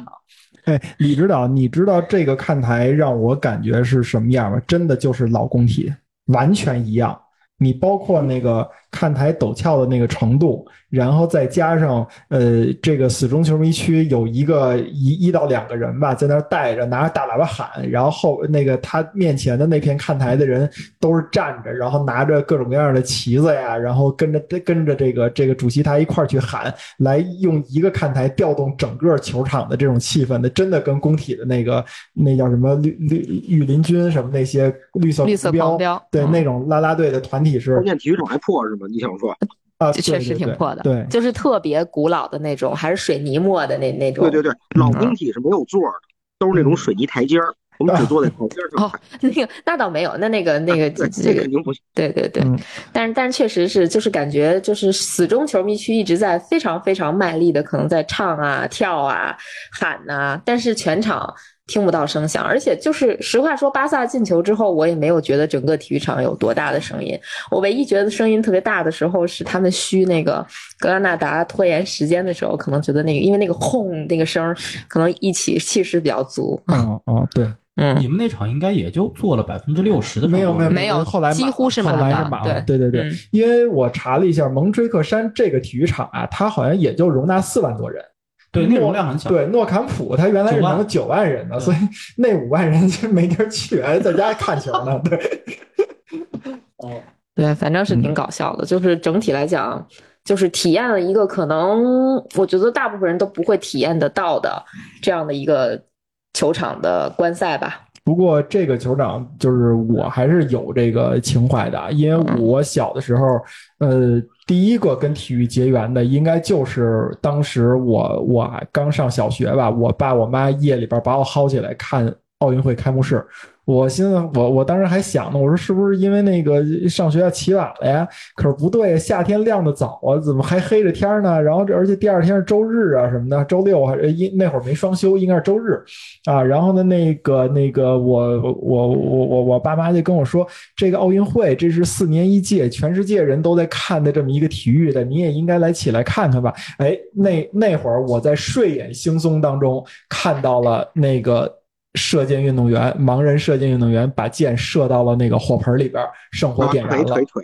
哎，李指导，你知道这个看台让我感觉是什么样吗？真的就是老工体，完全一样。你包括那个看台陡峭的那个程度，然后再加上呃，这个死忠球迷区有一个一一到两个人吧，在那儿带着拿着大喇叭喊，然后后那个他面前的那片看台的人都是站着，然后拿着各种各样的旗子呀，然后跟着跟着这个这个主席台一块儿去喊，来用一个看台调动整个球场的这种气氛的，真的跟工体的那个那叫什么绿绿御林军什么那些绿色绿色狂狂飙对嗯那种啦啦队的团体是关键体育场还破是吗？你想说？啊，就 对确实对挺对破的，对，就是特别古老的那种，还是水泥磨的那那种。对对对，老工体是没有座儿的，都是那种水泥台阶儿，我们只坐在台阶儿上哦看。，那个 那倒没有，那那个那 个对，这这个肯定不行。对对对，嗯但是但是确实是，就是感觉就是死忠球迷区一直在非常非常卖力的，可能在唱啊、跳啊、喊呐、但是全场听不到声响，而且就是实话说，巴萨进球之后，我也没有觉得整个体育场有多大的声音，我唯一觉得声音特别大的时候是他们嘘那个格拉纳达拖延时间的时候，可能觉得那个因为那个轰那个声儿，可能一起气势比较足，哦哦对，嗯。你们那场应该也就做了百分之六十的成 没有功没有没有后来几乎满是后满来的是满了，对对对嗯，因为我查了一下，蒙锥克山这个体育场啊，它好像也就容纳四万多人。对，那容量很小。对，诺坎普它原来是9万能九万人的，对所以那五万人 就没地儿去，还在家看球呢。对，对，反正是挺嗯搞笑的。就是整体来讲，就是体验了一个可能我觉得大部分人都不会体验得到的这样的一个球场的观赛吧。不过这个酋长就是我还是有这个情怀的，因为我小的时候，呃，第一个跟体育结缘的应该就是当时我我刚上小学吧，我爸我妈夜里边把我薅起来看奥运会开幕式。我心想我我当时还想呢，我说是不是因为那个上学要起晚了呀？可是不对，啊夏天亮的早啊，怎么还黑着天呢？然后这而且第二天是周日啊什么的，周六还是一那会儿没双休，应该是周日啊。然后呢，那个那个我我我我我爸妈就跟我说，这个奥运会这是四年一届，全世界人都在看的这么一个体育的，你也应该来起来看看吧。哎，那那会儿我在睡眼惺忪当中看到了那个。射箭运动员，盲人射箭运动员把箭射到了那个火盆里边，圣火点燃啊没了。腿腿，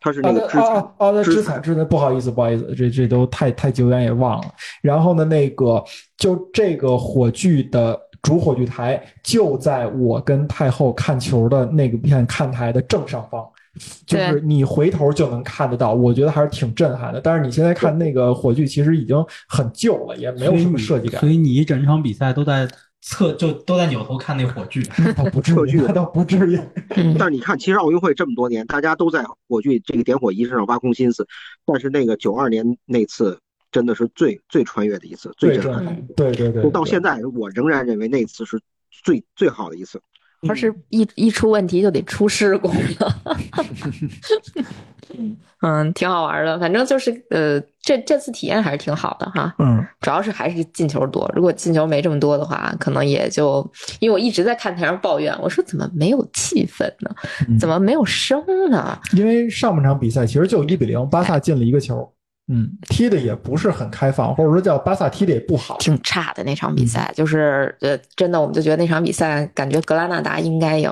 他哦是那个肢啊啊啊！那肢肢彩彩肢彩，不好意思，不好意思，这这都太太久远也忘了。然后呢，那个就这个火炬的主火炬台就在我跟太后看球的那个片看台的正上方。就是对你回头就能看得到，我觉得还是挺震撼的。但是你现在看那个火炬，其实已经很旧了，也没有什么设计感所。以你一整场比赛都在侧，就都在扭头看那火炬。那倒不至火于，炬那倒不至于。嗯但是你看，其实奥运会这么多年，大家都在火炬这个点火仪式上挖空心思，但是那个九二年那次真的是最最穿越的一次，最对震撼。嗯对对对，就到现在在，我仍然认为那次是最最好的一次。他是一一出问题就得出事故了。 嗯，挺好玩的，反正就是呃，这这次体验还是挺好的哈。嗯，主要是还是进球多，如果进球没这么多的话，可能也就因为我一直在看台上抱怨，我说怎么没有气氛呢？嗯怎么没有声呢？因为上半场比赛其实就一比零，巴萨进了一个球，嗯，踢的也不是很开放，或者说叫巴萨踢的也不好，挺差的那场比赛，就是呃，真的我们就觉得那场比赛感觉格拉纳达应该赢，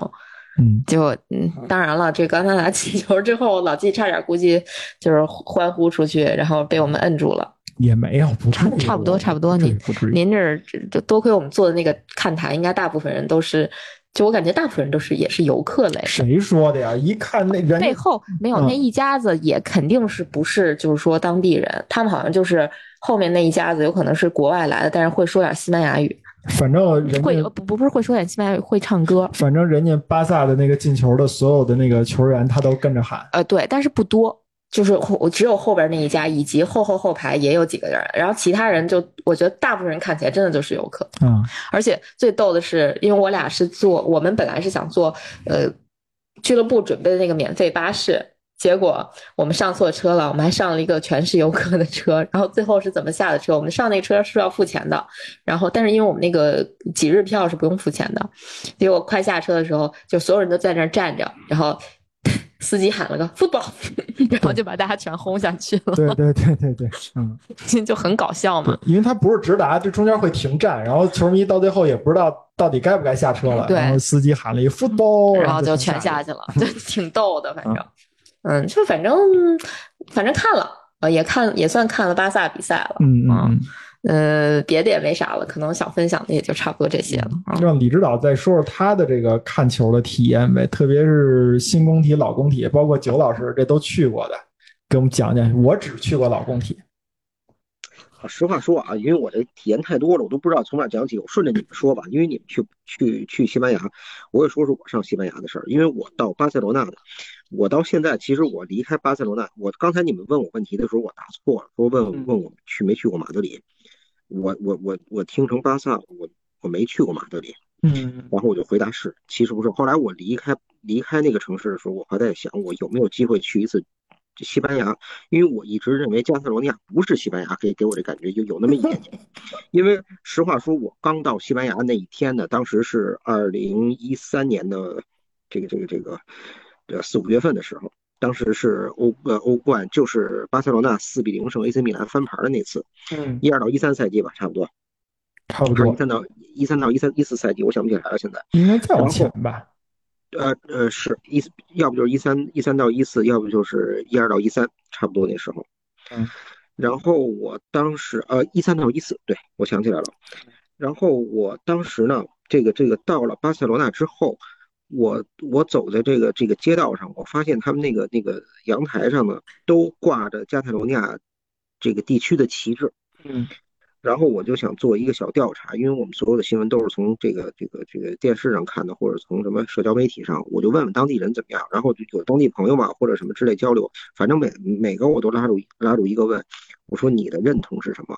嗯，结果嗯，当然了，这格拉纳达进球之后，老季差点估计就是欢呼出去，然后被我们摁住了。也没有，不至差于差不多差不多至于你不至于，您这儿这这多亏我们坐的那个看台，应该大部分人都是，就我感觉大部分人都是也是游客类。谁说的呀？一看那人背后没有嗯那一家子也肯定是不是就是说当地人，他们好像就是后面那一家子有可能是国外来的，但是会说点西班牙语，反正人会家呃不不不是会说点西班牙语，会唱歌。反正人家巴萨的那个进球的所有的那个球员他都跟着喊，呃，对，但是不多，就是后我只有后边那一家以及后后后排也有几个人，然后其他人就我觉得大部分人看起来真的就是游客，嗯而且最逗的是，因为我俩是坐，我们本来是想坐呃俱乐部准备的那个免费巴士。结果我们上错车了，我们还上了一个全是游客的车，然后最后是怎么下的车？我们上那车是要付钱的，然后但是因为我们那个几日票是不用付钱的，结果快下车的时候，就所有人都在那儿站着，然后司机喊了个 football，然 后就把大家全轰下去了， 对对对对对，嗯，就很搞笑嘛对。，因为他不是直达，这中间会停站，然后球迷到最后也不知道到底该不该下车了，对然后司机喊了一 football，然后就全全下下了去了，就挺逗的，反正，嗯，就反正反正看了，呃，也看也算看了巴萨比赛了，嗯嗯嗯。呃，别的也没啥了，可能想分享的也就差不多这些了啊。让李指导再说说他的这个看球的体验呗，特别是新工体、老工体，包括九老师这都去过的，给我们讲讲。我只去过老工体，啊实话说啊，因为我这体验太多了，我都不知道从哪讲起。我顺着你们说吧，因为你们去去去西班牙，我也说说我上西班牙的事儿。因为我到巴塞罗那的，我到现在其实我离开巴塞罗那，我刚才你们问我问题的时候，我答错了，说问问我去没去过马德里，我我我我听成巴萨，我我没去过马德里。嗯，然后我就回答是，其实不是。后来我离开离开那个城市的时候，我还在想，我有没有机会去一次西班牙？因为我一直认为加泰罗尼亚不是西班牙，给给我这感觉有有那么一点点。因为实话说，我刚到西班牙那一天呢，当时是二零一三年的这个这个这个呃四五月份的时候，当时是欧呃欧冠，就是巴塞罗那四比零胜 AC 米兰翻盘的那次，嗯，一二到一三赛季吧，差不多，差不还是多一，三到一三到一三一四赛季，我想不起来了，现在。应该再往前吧。呃呃，是一四，要不就是一三一三到一四，要不就是一二到一三，差不多那时候。嗯。然后我当时呃一三到一四，对，我想起来了。然后我当时呢，这个这个到了巴塞罗那之后，我我走在这个这个街道上，我发现他们那个那个阳台上呢，都挂着加泰罗尼亚这个地区的旗帜。嗯然后我就想做一个小调查，因为我们所有的新闻都是从这个这个这个电视上看的，或者从什么社交媒体上，我就问问当地人怎么样，然后就有当地朋友嘛，或者什么之类交流，反正每每个我都拉住拉住一个问，我说你的认同是什么？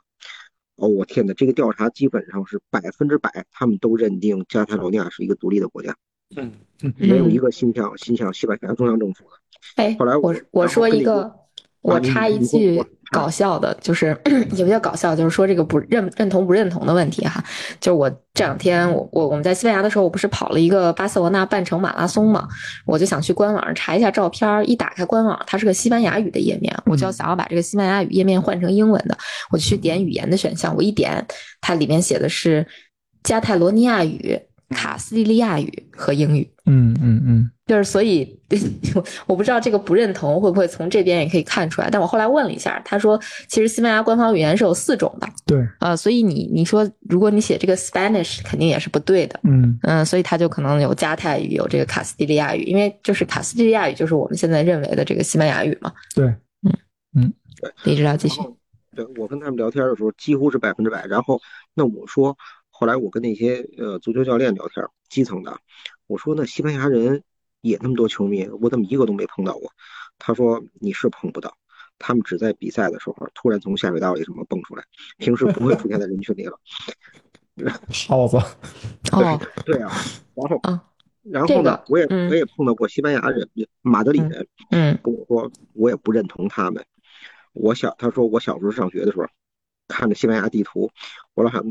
哦，我天哪，这个调查基本上是百分之百，他们都认定加泰罗尼亚是一个独立的国家，嗯，没有一个心向心向西班牙中央政府的。哎，后来我我我然后说跟一你个说，我啊你插你一你说句我搞笑的，就是 也不叫搞笑，就是说这个不认认同不认同的问题哈。就是我这两天我我我们在西班牙的时候，我不是跑了一个巴塞罗那半程马拉松嘛，我就想去官网上查一下照片儿，一打开官网，它是个西班牙语的页面，我嗯就想要把这个西班牙语页面换成英文的，我就去点语言的选项，我一点，它里面写的是加泰罗尼亚语、卡斯蒂利亚语和英语。嗯嗯嗯，就是所以，我不知道这个不认同会不会从这边也可以看出来。但我后来问了一下，他说其实西班牙官方语言是有四种的，对，呃，所以你你说如果你写这个 Spanish 肯定也是不对的，嗯嗯，所以他就可能有加泰语，有这个卡斯蒂利亚语，因为就是卡斯蒂利亚语就是我们现在认为的这个西班牙语嘛。对，嗯嗯，一直要继然续，后，对我跟他们聊天的时候几乎是百分之百。然后，那我说，后来我跟那些呃足球教练聊天，基层的，我说那西班牙人也那么多球迷，我怎么一个都没碰到过？他说你是碰不到，他们只在比赛的时候突然从下水道里什么蹦出来，平时不会出现在人群里了。耗子，哦，对啊，然后啊，然这后呢个，我也嗯我也碰到过西班牙人，马德里嗯人，嗯跟我说，我也不认同他们。我小，他说我小时候上学的时候，看着西班牙地图，我老想，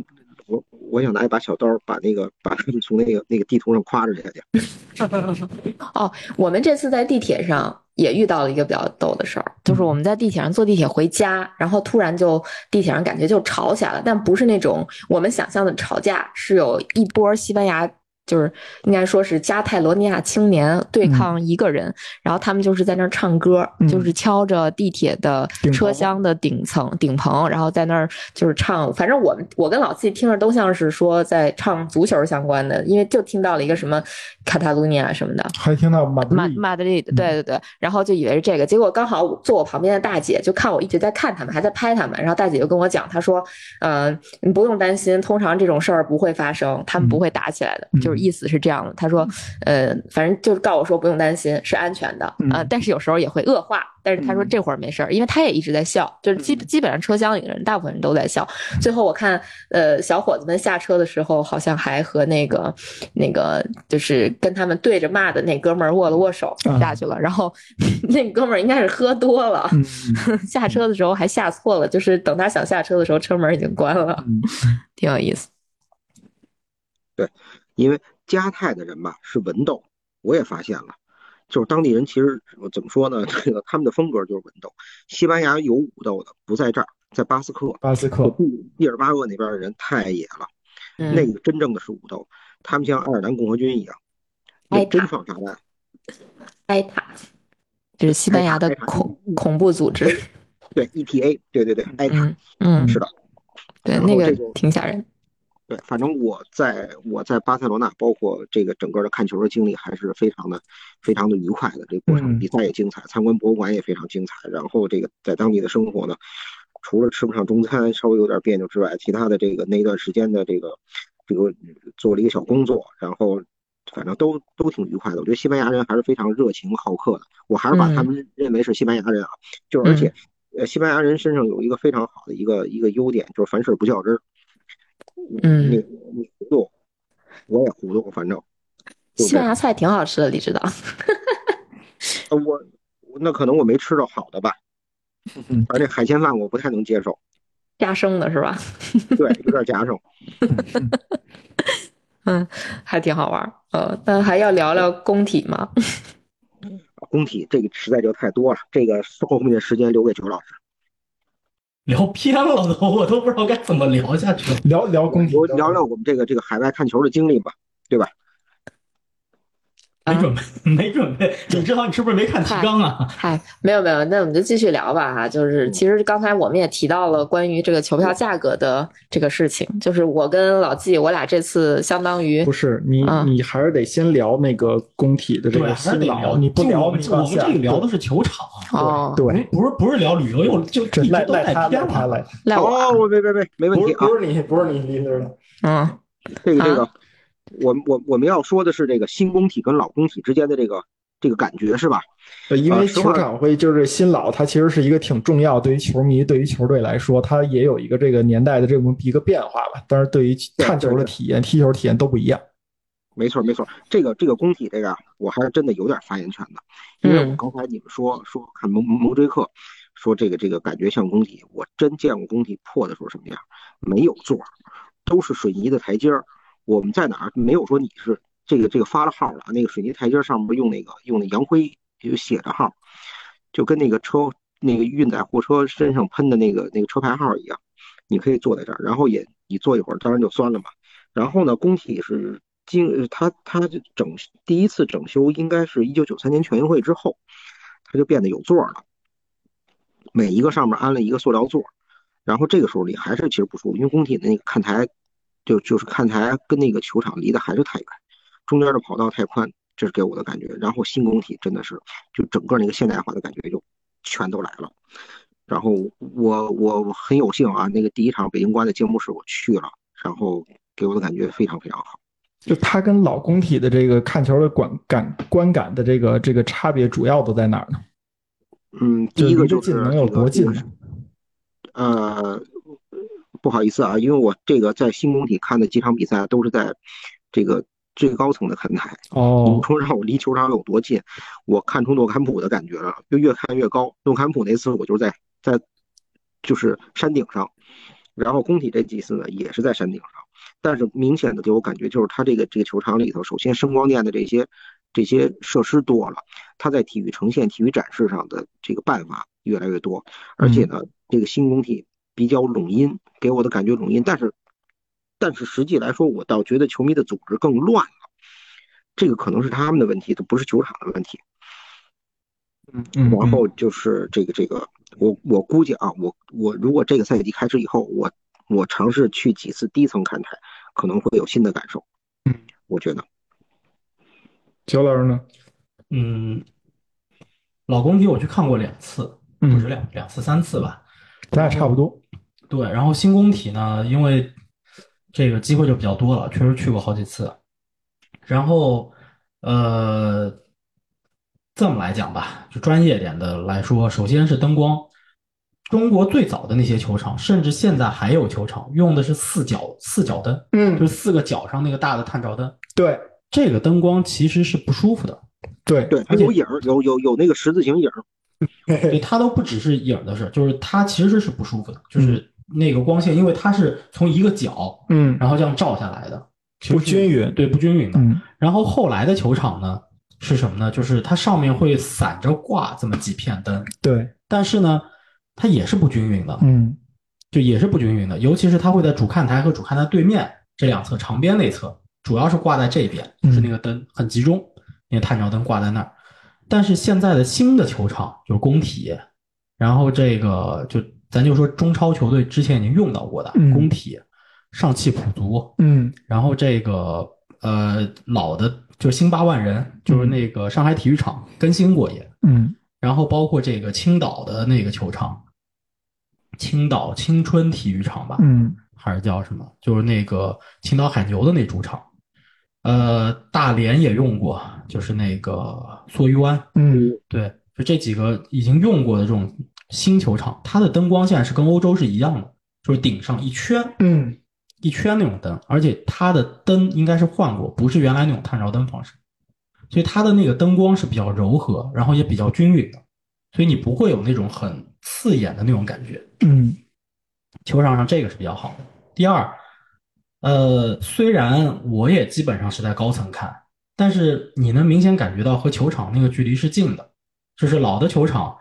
我我想拿一把小刀把那个把他们从那个那个地图上夸着下去。哦，我们这次在地铁上也遇到了一个比较逗的事儿，就是嗯我们在地铁上坐地铁回家，然后突然就地铁上感觉就吵起来了，但不是那种我们想象的吵架，是有一波西班牙。就是应该说是加泰罗尼亚青年对抗一个人，然后他们就是在那儿唱歌，嗯就是敲着地铁的顶车棚厢的顶层顶棚，然后在那儿就是唱。反正我们我跟老季听着都像是说在唱足球相关的，因为就听到了一个什么卡塔卢尼亚什么的，还听到马马德里，马德里，嗯对对对，然后就以为是这个，结果刚好我坐我旁边的大姐就看我一直在看他们，还在拍他们，然后大姐就跟我讲，她说，嗯、你不用担心，通常这种事儿不会发生，他们不会打起来的，嗯就是意思是这样的。她说，呃，反正就是告诉我说不用担心，是安全的啊、嗯呃但是有时候也会恶化，但是她说嗯这会儿没事儿，因为她也一直在笑，就是嗯基基本上车厢里的人大部分人都在笑，最后我看，呃，小伙子们下车的时候，好像还和那个那个就是跟他们对着骂的那哥们儿握了握手啊下去了。然后那哥们儿应该是喝多了，嗯 下车的时候还下错了，就是等他想下车的时候，车门已经关了，嗯挺有意思。因为加泰的人吧是文斗，我也发现了，就是当地人其实我怎么说呢？这个他们的风格就是文斗。西班牙有武斗的，不在这儿，在巴斯克。巴斯克，毕尔巴鄂那边的人太野了，嗯，那个真正的是武斗，他们像爱尔兰共和军一样，挨那打真放炸弹，埃塔，这是西班牙的埃塔埃塔恐恐怖组织。嗯对 ETA，对对对，艾塔，嗯嗯，是的，对，然后那个这种挺吓人。对，反正我在我在巴塞罗那，包括这个整个的看球的经历，还是非常的非常的愉快的。这个过程嗯比赛也精彩，参观博物馆也非常精彩。然后这个在当地的生活呢，除了吃不上中餐，稍微有点别扭之外，其他的这个那一段时间的这个这个做了一个小工作，然后反正都都挺愉快的。我觉得西班牙人还是非常热情好客的，我还是把他们认为是西班牙人啊，就是而且呃，西班牙人身上有一个非常好的一个一个优点，就是凡事不较真儿。嗯你你糊涂，我也糊涂，反正就西这班样。牙菜挺好吃的，你知道？呃我我那可能我没吃到好的吧，嗯反正这海鲜饭我不太能接受，加生的是吧？ 对，有点夹生。嗯，还挺好玩儿。呃，但还要聊聊工体吗？工体这个实在就太多了，这个后面的时间留给九老师。聊偏了都，我都不知道该怎么聊下去了。聊聊工体我，聊聊我们这个这个海外看球的经历吧，对吧？啊没准备，没准备。你知道你是不是没看提纲啊？嗨，没有没有，那我们就继续聊吧哈。嗯就是其实刚才我们也提到了关于这个球票价格的这个事情，就是我跟老纪，我俩这次相当于不是你啊你还是得先聊那个工体的这对，啊个啊还是新得聊。老，你不就我聊们你我们这个聊的的是球场，哦啊对，不是不是聊旅游，又就一哎这直赖都赖带他偏赖他了。赖他，赖我啊，哦，没没没没问不题是啊不。是你不是你离的了，嗯这个这啊个，我们我我们要说的是这个新工体跟老工体之间的这个这个感觉是吧？对，因啊为实球话场会就是新老，它其实是一个挺重要，对于球迷、对于球队来说，它也有一个这个年代的这么一个变化吧。但是对于对看球的对体验、踢球体验都不一样。没错，没错，这个这个工体这个啊，我还是真的有点发言权的，因为我嗯刚才你们说说看蒙蒙追克，说这个这个感觉像工体，我真见过工体破的时候什么样，没有座儿，都是水泥的台阶儿，我们在哪儿没有说你是这个这个发了号了，那个水泥台阶儿上面用那个用那洋灰就写着号，就跟那个车那个运载货车身上喷的那个那个车牌号一样，你可以坐在这儿，然后也你坐一会儿，当然就酸了嘛。然后呢，工体是经呃它它这整第一次整修应该是一九九三年全运会之后，它就变得有座儿了，每一个上面安了一个塑料座儿，然后这个时候你还是其实不舒服，因为工体的那个看台就就是看台跟那个球场离得还是太远，中间的跑道太宽，这是给我的感觉。然后新工体真的是就整个那个现代化的感觉就全都来了。然后我我我很有幸啊，那个第一场北京国安的揭幕式我去了，然后给我的感觉非常非常好。就它跟老工体的这个看球的观感观感的这个这个差别，主要都在哪儿呢？嗯，第一个就就是是离得近能有这个多近啊这个呢是呃，不好意思啊，因为我这个在新工体看的几场比赛都是在这个最高层的看台，你哦，说让我离球场有多近，我看出诺坎普的感觉了，就越看越高。诺坎普那次我就是在在就是山顶上，然后工体这几次呢也是在山顶上，但是明显的给我感觉就是它这个这个球场里头，首先声光电的这些这些设施多了，它在体育呈现、体育展示上的这个办法越来越多，而且呢，这个新工体比较拢音，给我的感觉拢音，但是但是实际来说，我倒觉得球迷的组织更乱了。这个可能是他们的问题，这不是球场的问题。嗯，然嗯后就是这个这个，我我估计啊，我我如果这个赛季开始以后，我我尝试去几次低层看台，可能会有新的感受。嗯，我觉得九老师呢？嗯，老工体我去看过两次，不止嗯，两两次三次吧。咱俩差不多。对，然后新工体呢，因为这个机会就比较多了，确实去过好几次。然后，呃，这么来讲吧，就专业点的来说，首先是灯光。中国最早的那些球场，甚至现在还有球场用的是四角四角灯，就嗯，是四个角上那个大的探照灯。对这个灯光其实是不舒服的，对对，它而且有影儿，有有有那个十字形影儿。对，它都不只是影儿的事儿，就是它其实是不舒服的，就是那个光线，因为它是从一个角， 嗯，然后这样照下来的，其实不均是匀对，不均匀的。嗯然后后来的球场呢是什么呢？就是它上面会散着挂这么几片灯，对，但是呢，它也是不均匀的，嗯就也是不均匀的。尤其是它会在主看台和主看台对面这两侧长边那侧，主要是挂在这边，嗯是那个灯很集中，那个探照灯挂在那儿。但是现在的新的球场就是工体，然后这个就咱就说中超球队之前已经用到过的嗯工体、上汽普足，嗯然后这个呃老的就是新八万人，就是那个上海体育场更新过也，嗯然后包括这个青岛的那个球场，青岛青春体育场吧，嗯还是叫什么？就是那个青岛海牛的那主场，呃，大连也用过，就是那个梭鱼湾，嗯对，就这几个已经用过的这种新球场，它的灯光现在是跟欧洲是一样的，就是顶上一圈，嗯，一圈那种灯，而且它的灯应该是换过，不是原来那种探照灯方式，所以它的那个灯光是比较柔和，然后也比较均匀的，所以你不会有那种很刺眼的那种感觉。嗯球场上这个是比较好的。第二，呃，虽然我也基本上是在高层看，但是你能明显感觉到和球场那个距离是近的，就是老的球场，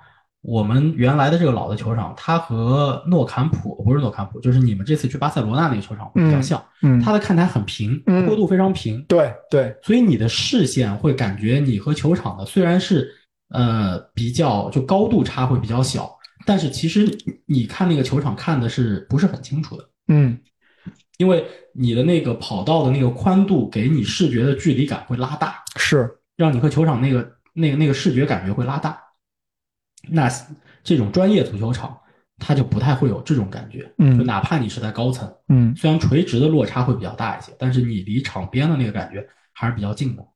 我们原来的这个老的球场，它和诺坎普不是诺坎普，就是你们这次去巴塞罗那那个球场会比较像。嗯，它的看台很平，嗯坡度非常平，对对，所以你的视线会感觉你和球场的虽然是呃比较就高度差会比较小，但是其实你看那个球场看的是不是很清楚的，嗯因为你的那个跑道的那个宽度给你视觉的距离感会拉大，是，让你和球场那个那个那个视觉感觉会拉大。那这种专业足球场，它就不太会有这种感觉，嗯就哪怕你是在高层，嗯虽然垂直的落差会比较大一些，但是你离场边的那个感觉还是比较近的。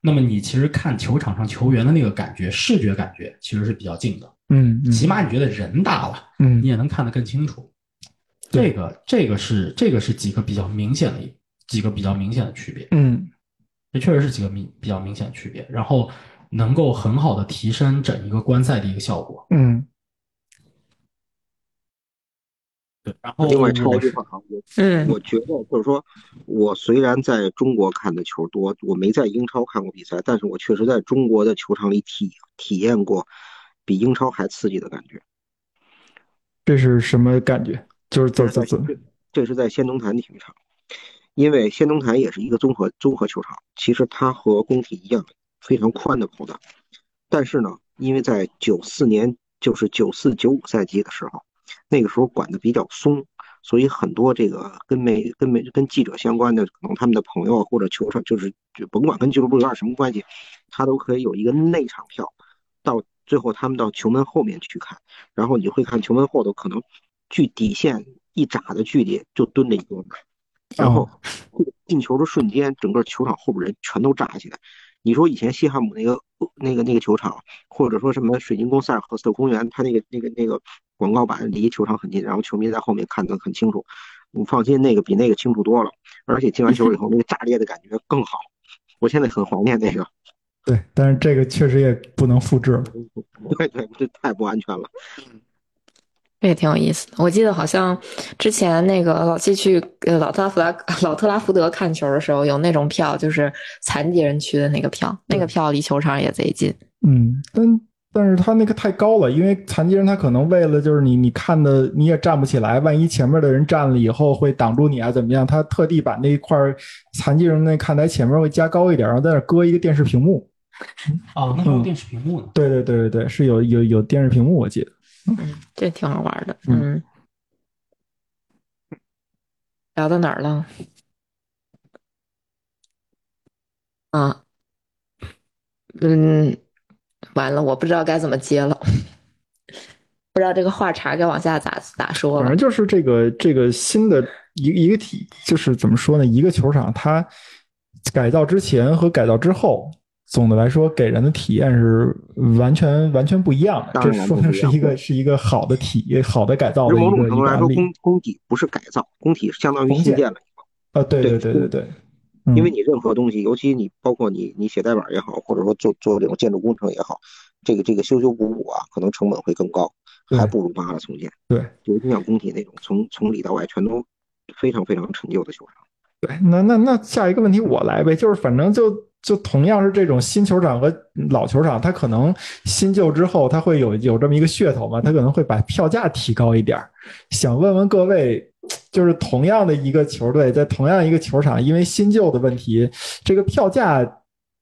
那么你其实看球场上球员的那个感觉，视觉感觉其实是比较近的，嗯嗯起码你觉得人大了，嗯你也能看得更清楚。对这个这个是这个是几个比较明显的几个比较明显的区别，嗯这确实是几个明比较明显的区别，然后能够很好的提升整一个观赛的一个效果。嗯对，然后另外插一句话我啊，我嗯我觉得就是说，我虽然在中国看的球多，我没在英超看过比赛，但是我确实在中国的球场里体体验过比英超还刺激的感觉。这是什么感觉？就是怎怎怎？这是在仙农坛体育场，因为仙农坛也是一个综合综合球场，其实它和工体一样非常宽的跑道，但是呢，因为在九四年就是九四九五赛季的时候，那个时候管的比较松，所以很多这个跟媒跟媒跟记者相关的，可能他们的朋友啊或者球场，就是就甭管跟俱乐部有点什么关系，他都可以有一个内场票，到最后他们到球门后面去看。然后你会看球门后头可能距底线一拃的距离就蹲着一个人，然哦后进球的瞬间，整个球场后边人全都炸起来。你说以前西汉姆那个那个那个球场，或者说什么水晶宫塞尔赫斯特公园，它那个那个那个广告板离球场很近，然后球迷在后面看得很清楚。你放心，那个比那个清楚多了，而且进完球以后，那个炸裂的感觉更好。我现在很怀念那个， 对，但是这个确实也不能复制了。对对，这太不安全了。这也挺有意思的。我记得好像之前那个老季去呃老特拉福 德老特拉福德看球的时候，有那种票，就是残疾人区的那个票，那个票离球场也贼近。嗯，但但是他那个太高了，因为残疾人他可能为了就是你你看的你也站不起来，万一前面的人站了以后会挡住你啊怎么样？他特地把那一块儿残疾人那看台前面会加高一点，然后在那儿搁一个电视屏幕。哦，那还有电视屏幕呢。对对对对对，是有有有电视屏幕，我记得。嗯，这挺好玩的。嗯嗯，聊到哪儿了？啊，嗯，完了，我不知道该怎么接了， 不知道这个话茬该往下咋咋说反了正。就是这个这个新的一一个体，就是怎么说呢？一个球场它改造之前和改造之后，总的来说给人的体验是完全完全不一样的。当这然说明是不一样一个是一个好的体好的改造其的实一某种个一程度个来案说，例工工体不是改造，工体相当于重新建建了。啊！对对对对对，嗯因为你任何东西，尤其你包括你你写代码也好，或者说做做这种建筑工程也好，这个这个修修补补啊，可能成本会更高，对还不如扒了重建。对，尤其像工体那种从从里到外全都非常非常陈旧的球场。对，那那那下一个问题我来呗，就是反正就就同样是这种新球场和老球场，它可能新旧之后，它会有有这么一个噱头嘛，它可能会把票价提高一点儿。想问问各位，就是同样的一个球队，在同样一个球场，因为新旧的问题，这个票价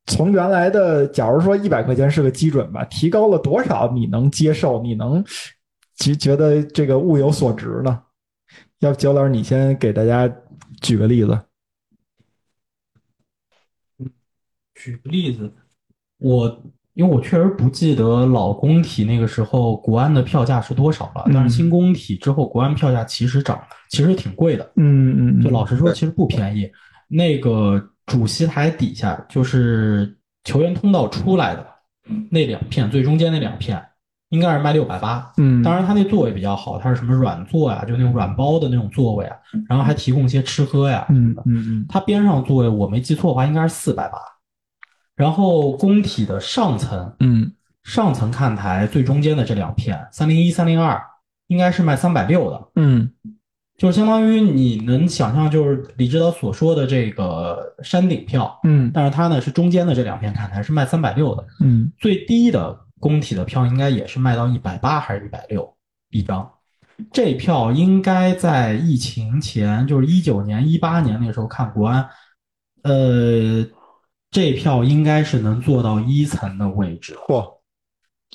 从原来的假如说一百块钱是个基准吧，提高了多少你能接受？你能觉觉得这个物有所值呢？要不，焦老师，你先给大家举个例子。举个例子，我因为我确实不记得老工体那个时候国安的票价是多少了，但嗯是新工体之后国安票价其实涨，其实挺贵的。嗯嗯，就老实说，其实不便宜。那个主席台底下就是球员通道出来的那两片，最中间那两片应该是卖六百八。嗯，当然，他那座位比较好，他是什么软座呀，就那种软包的那种座位啊，然后还提供一些吃喝呀什么嗯的。嗯它边上座位我没记错的话，应该是四百八。然后工体的上层，嗯上层看台最中间的这两片，三零一、三零二，应该是卖三百六的，嗯就是相当于你能想象，就是李指导所说的这个山顶票，嗯但是它呢是中间的这两片看台是卖三百六的，嗯最低的工体的票应该也是卖到一百八还是一百六一张。这票应该在疫情前，就是一九年、一八年那时候看国安，呃，这票应该是能做到一层的位置。嚯，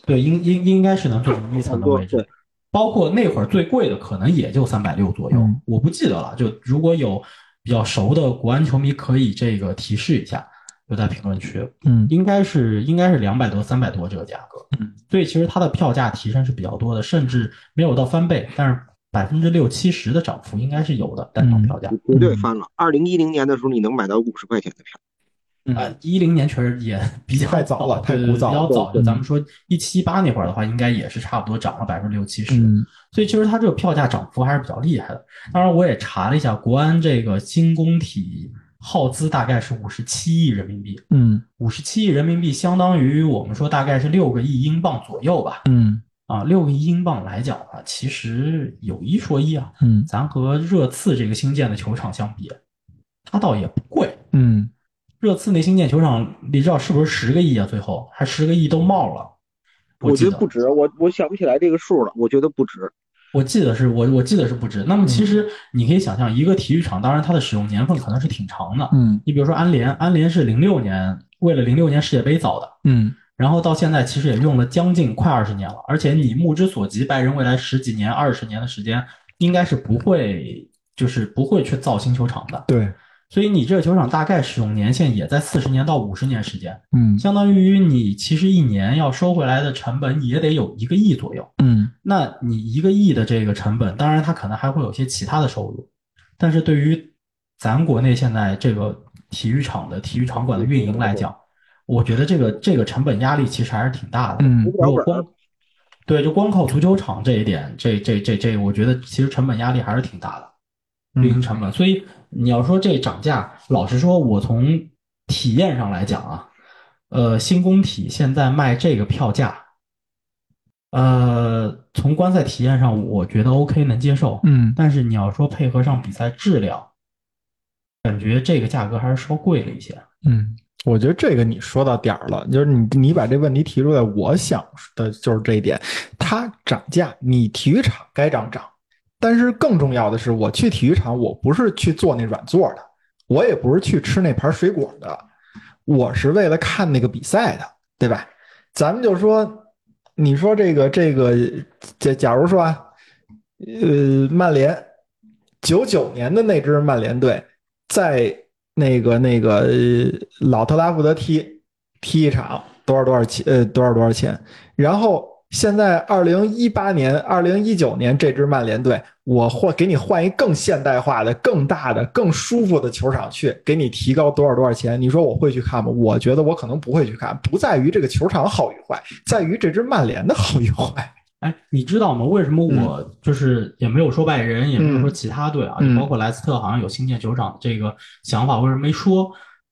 对，应应应该是能做到一层的位差不多置，包括那会儿最贵的可能也就三百六左右，嗯我不记得了。就如果有比较熟的国安球迷，可以这个提示一下，就在评论区，嗯应该是应该是两百多、三百多这个价格。嗯，所以其实它的票价提升是比较多的，甚至没有到翻倍，但是百分之六七十的嗯涨幅应该是有的单场票价。你绝对翻了。二零一零年的时候，你能买到五十块钱的票，啊，一零年确实 也比较太早了对太古早比较了早。就嗯咱们说一七八那会儿的话，应该也是差不多涨了百分之六七十。嗯所以其实它这个票价涨幅还是比较厉害的。当然，我也查了一下，国安这个新工体耗资大概是五十七亿人民币，嗯五十七亿人民币相当于我们说大概是六个亿英镑左右吧。嗯啊，六个亿英镑来讲的话，其实有一说一啊，嗯咱和热刺这个新建的球场相比，它倒也不贵。嗯热刺那新建球场，你知道是不是十个亿啊？最后还十个亿都冒了。我记觉得得不值，我我想不起来这个数了，我觉得不值。我记得是我我记得是不止。那么嗯其实你可以想象，一个体育场，当然它的使用年份可能是挺长的。嗯你比如说安联，安联是零六年为了零六年世界杯造的，嗯然后到现在其实也用了将近快二十年了。而且你目之所及，拜仁未来十几年、二十年的时间，应该是不会就是不会去造新球场的。对所以你这个球场大概使用年限也在四十年到五十年时间，嗯相当于你其实一年要收回来的成本也得有一个亿左右。嗯那你一个亿的这个成本，当然它可能还会有些其他的收入，但是对于咱国内现在这个体育场的体育场馆的运营来讲，我觉得这个这个成本压力其实还是挺大的。嗯如果光对，就光靠足球场这一点，这这这这，我觉得其实成本压力还是挺大的，嗯运营成本。所以你要说这涨价，老实说，我从体验上来讲啊，呃，新工体现在卖这个票价，呃，从观赛体验上，我觉得 OK 能接受，嗯但是你要说配合上比赛质量，感觉这个价格还是稍贵了一些。嗯，我觉得这个你说到点儿了，就是你你把这问题提出来，我想的就是这一点，它涨价，你体育场该涨涨，但是更重要的是，我去体育场，我不是去坐那软座的，我也不是去吃那盘水果的，我是为了看那个比赛的，对吧？咱们就说，你说这个这个，假假如说啊，呃，曼联九九年的那支曼联队在那个那个呃老特拉福德踢踢一场多少多少钱？呃，多少多少钱？然后现在二零一八年、二零一九年这支曼联队，我换给你换一更现代化的、更大的、更舒服的球场去，给你提高多少多少钱？你说我会去看吗？我觉得我可能不会去看，不在于这个球场好与坏，在于这支曼联的好与坏。哎，你知道吗？为什么我就是也没有说拜仁，也没有说其他队啊，嗯就包括莱斯特好像有新建球场这个想法，为什么没说？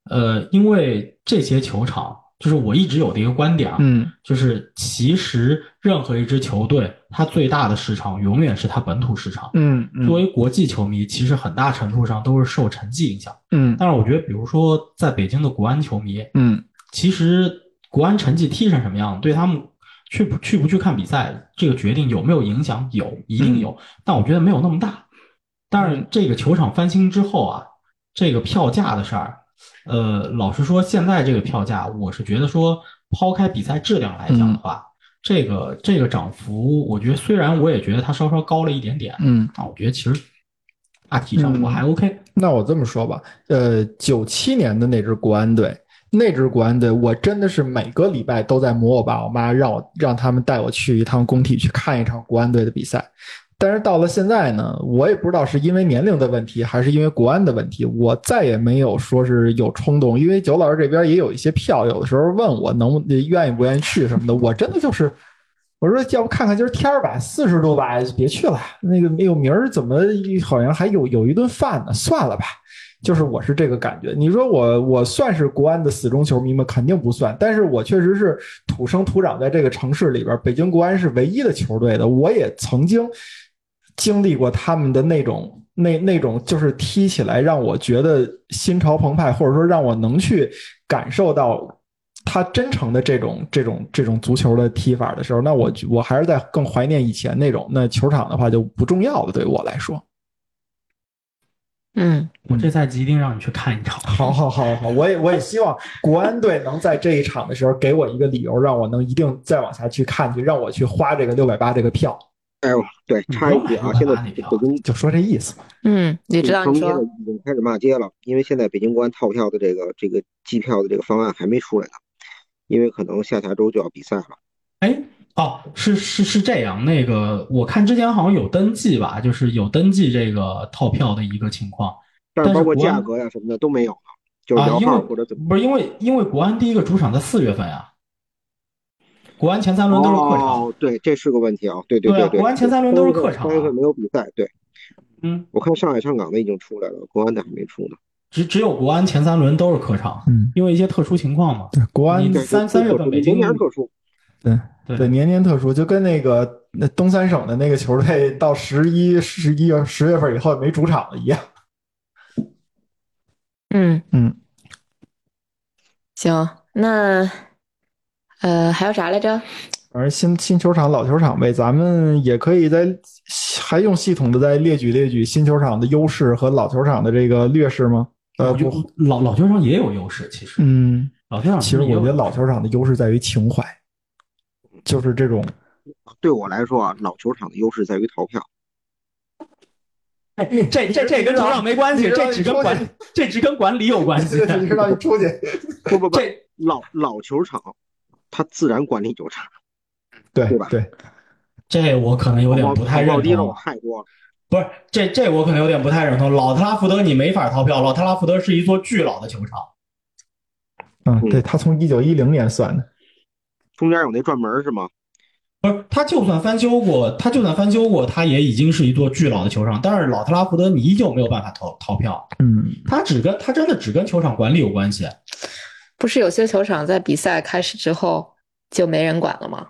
呃，因为这些球场，就是我一直有的一个观点啊，嗯就是其实任何一支球队，它最大的市场永远是它本土市场。嗯作为国际球迷，其实很大程度上都是受成绩影响。嗯但是我觉得，比如说在北京的国安球迷，嗯其实国安成绩踢成什么样，对他们去不去不去看比赛这个决定有没有影响？有，一嗯定有，但我觉得没有那么大。但是这个球场翻新之后啊，这个票价的事儿，呃，老实说，现在这个票价，我是觉得说，抛开比赛质量来讲嗯的话，这个这个涨幅，我觉得虽然我也觉得它稍稍高了一点点，嗯。但我觉得其实大体上嗯我还 OK。那我这么说吧，呃，九七年的那支国安队，那支国安队，我真的是每个礼拜都在磨我爸我妈，让我让他们带我去一趟工体去看一场国安队的比赛。但是到了现在呢，我也不知道是因为年龄的问题，还是因为国安的问题，我再也没有说是有冲动。因为九老师这边也有一些票，有的时候问我能不愿意不愿意去什么的，我真的就是我说要不看看今儿天儿吧，四十度吧，别去了。那个没有明儿怎么好像还有有一顿饭呢？算了吧，就是我是这个感觉。你说我我算是国安的死忠球迷吗？肯定不算，但是我确实是土生土长在这个城市里边，北京国安是唯一的球队的。我也曾经经历过他们的那种那那种，就是踢起来让我觉得心潮澎湃，或者说让我能去感受到他真诚的这种这种这种足球的踢法的时候，那我就我还是在更怀念以前那种。那球场的话就不重要了，对于我来说。嗯，我这赛季一定让你去看一场。好好好好，我也我也希望国安队能在这一场的时候给我一个理由，让我能一定再往下去看去，让我去花这个六百八这个票，哎呦，对，插一句啊，现在北京就说这意思嘛。嗯，你知道坑你爹的说，已经开始骂街了，因为现在北京国安套票的这个这个机票的这个方案还没出来呢，因为可能下下周就要比赛了。哎，哦，是是是这样，那个我看之前好像有登记吧，就是有登记这个套票的一个情况。但是但是包括国安价格呀、什么的都没有了，就是啊，摇因为号或者怎么。不是因为因为国安第一个主场在四月份呀、国安前三轮都是客场，哦，对，这是个问题啊，对对对啊对对，国安前三轮都是客场啊三月份没有比赛，对嗯，我看上海上港的已经出来了，国安的还没出呢。只只有国安前三轮都是客场，嗯，因为一些特殊情况嘛。对，国安嗯对，对三三月份特殊北京今年特殊，对，年年特殊，就跟那个那东三省的那个球队到十一、十一月、十月份以后也没主场了一样。嗯嗯，行，那呃还有啥来着？反正新新球场、老球场呗，咱们也可以在还用系统的再列举列举新球场的优势和老球场的这个劣势吗？呃，我觉得不，老老球场也有优势，其实、嗯，老球场其实我也啊有觉得老球场的优势在于情怀，就是这种对我来说啊，老球场的优势在于逃票。哎这这这跟球场没关系，你知道这只跟你说管这只跟管理有啊关系。你知道你出去，不不不，这老老球场，它自然管理就差， 对对吧对，这我可能有点跑不太跑认低了我同，太多了。不是这这我可能有点不太认同。老特拉福德你没法逃票，老特拉福德是一座巨老的球场，嗯，嗯对他从一九一零年算的，中间有那转门儿是吗？不是他就算翻修过，他就算翻修过，他也已经是一座巨老的球场。但是老特拉福德你依旧没有办法逃逃票，嗯，他只跟他真的只跟球场管理有关系。不是有些球场在比赛开始之后就没人管了吗？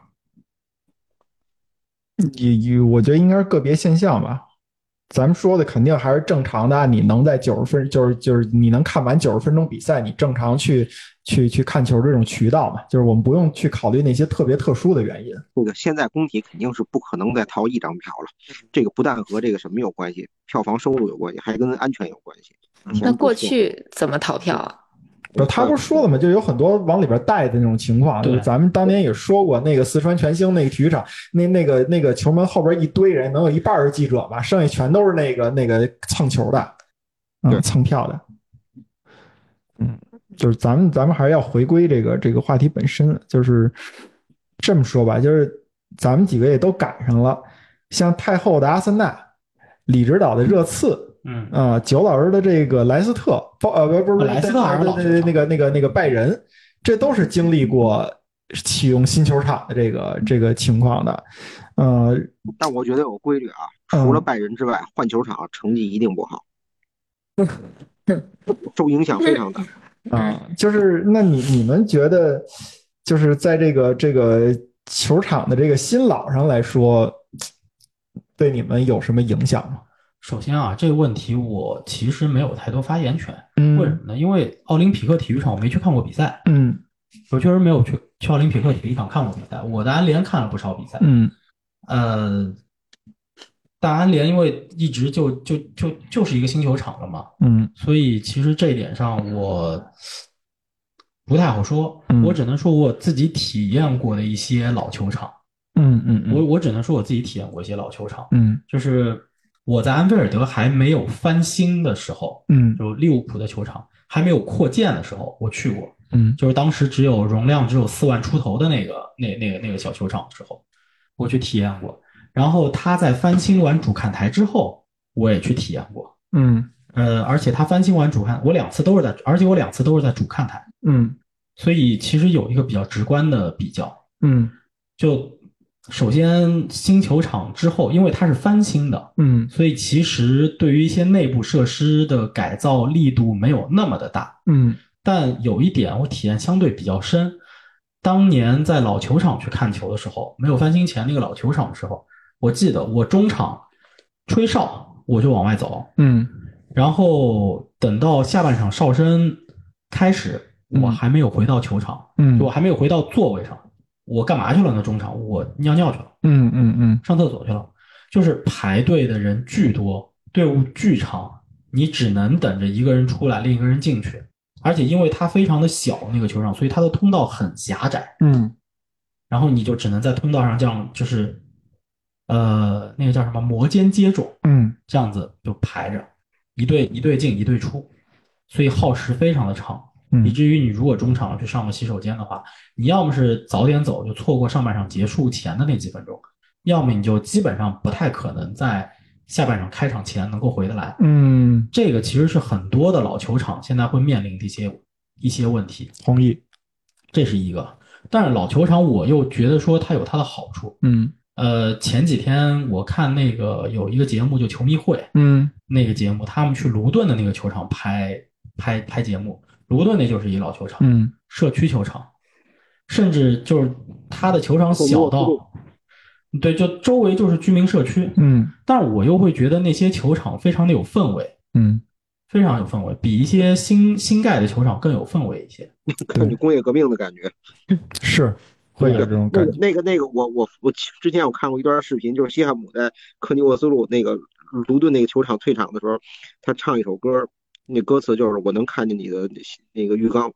也也，我觉得应该是个别现象吧。咱们说的肯定还是正常的，按你能在九十分，就是就是你能看完九十分钟比赛，你正常去去去看球这种渠道嘛，就是我们不用去考虑那些特别特殊的原因。这个现在工体肯定是不可能再逃一张票了，这个不但和这个什么有关系，票房收入有关系，还跟安全有关系。以前那不过是去怎么逃票啊？不是他不是说了吗？就有很多往里边带的那种情况，对就是咱们当年也说过，那个四川全兴那个体育场，那那个那个球门后边一堆人，能有一半是记者吧，剩下全都是那个那个蹭球的，对嗯，蹭票的，嗯，就是咱们咱们还是要回归这个这个话题本身，就是这么说吧，就是咱们几个也都赶上了，像太后的阿森纳，李指导的热刺，嗯，啊，九老师的这个莱斯特，包呃不不不，啊莱斯特还是老对球对对场那个那个那个拜仁，这都是经历过启用新球场的这个这个情况的，呃，但我觉得有规律啊，嗯除了拜仁之外，换球场成绩一定 不好，受影响非常大。啊，就是那你你们觉得，就是在这个这个球场的这个新老上来说，对你们有什么影响吗？首先啊，这个问题我其实没有太多发言权，为什嗯么呢？因为奥林匹克体育场我没去看过比赛，嗯我确实没有去去奥林匹克体育场看过比赛。我的安联看了不少比赛，嗯呃，但安联因为一直就就就就是一个新球场了嘛，嗯所以其实这一点上我不太好说嗯，我只能说我自己体验过的一些老球场，嗯嗯我我只能说我自己体验过一些老球场，嗯就是我在安菲尔德还没有翻新的时候，嗯就利物浦的球场还没有扩建的时候，我去过，嗯就是当时只有容量只有四万出头的那个那那个那个小球场的时候，我去体验过。然后他在翻新完主看台之后，我也去体验过。嗯呃，而且他翻新完主看，我两次都是在，而且我两次都是在主看台，嗯所以其实有一个比较直观的比较。嗯就首先新球场之后，因为它是翻新的，嗯所以其实对于一些内部设施的改造力度没有那么的大。嗯但有一点我体验相对比较深，当年在老球场去看球的时候，没有翻新前那个老球场的时候，我记得我中场吹哨我就往外走，嗯然后等到下半场哨声开始，我还没有回到球场，嗯就我还没有回到座位上，我干嘛去了呢？中场我尿尿去了，嗯嗯嗯。上厕所去了，就是排队的人巨多，队伍巨长，你只能等着一个人出来，另一个人进去。而且因为它非常的小那个球场，所以它的通道很狭窄，嗯然后你就只能在通道上这样，就是，呃，那个叫什么摩肩接踵，嗯这样子就排着，一队一队进，一队出，所以耗时非常的长，以嗯至于你如果中场去上个洗手间的话，你要么是早点走，就错过上半场结束前的那几分钟，要么你就基本上不太可能在下半场开场前能够回得来。嗯，这个其实是很多的老球场现在会面临的一些一些问题，同意。这是一个。但是老球场我又觉得说它有它的好处。嗯呃，前几天我看那个有一个节目，就球迷会嗯那个节目，他们去卢顿的那个球场拍拍拍节目，卢顿那就是一老球场，嗯社区球场，甚至就是它的球场小走路到，对，就周围就是居民社区。嗯但是我又会觉得那些球场非常的有氛围，嗯，非常有氛围，比一些新新盖的球场更有氛围一些。感觉工业革命的感觉。是会有这种那感个觉。那个那个，我我我之前我看过一段视频，就是西汉姆在科尼沃斯路那个卢顿那个球场退场的时候，他唱一首歌，那歌词就是“我能看见你的那个浴缸”，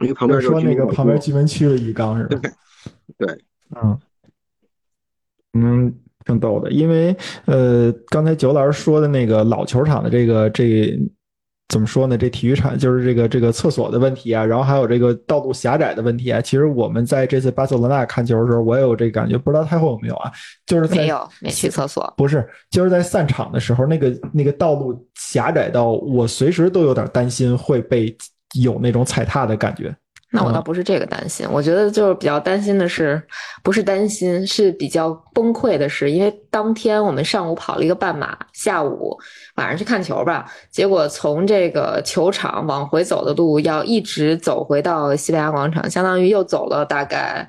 因为旁边就说那就是居民个楼旁边居民区的浴缸是吧？对，嗯嗯，挺逗的，因为呃，刚才九老师说的那个老球场的这个这怎么说呢？这体育场就是这个这个厕所的问题啊，然后还有这个道路狭窄的问题啊。其实我们在这次巴塞罗那看球的时候，我也有这个感觉，不知道太后有没有啊？就是在没有，没去厕所。不是，就是在散场的时候，那个那个道路狭窄到我随时都有点担心会被有那种踩踏的感觉。那我嗯倒不是这个担心，我觉得就是比较担心的是，不是担心，是比较崩溃的是，因为当天我们上午跑了一个半马，下午晚上去看球吧，结果从这个球场往回走的路要一直走回到西班牙广场，相当于又走了大概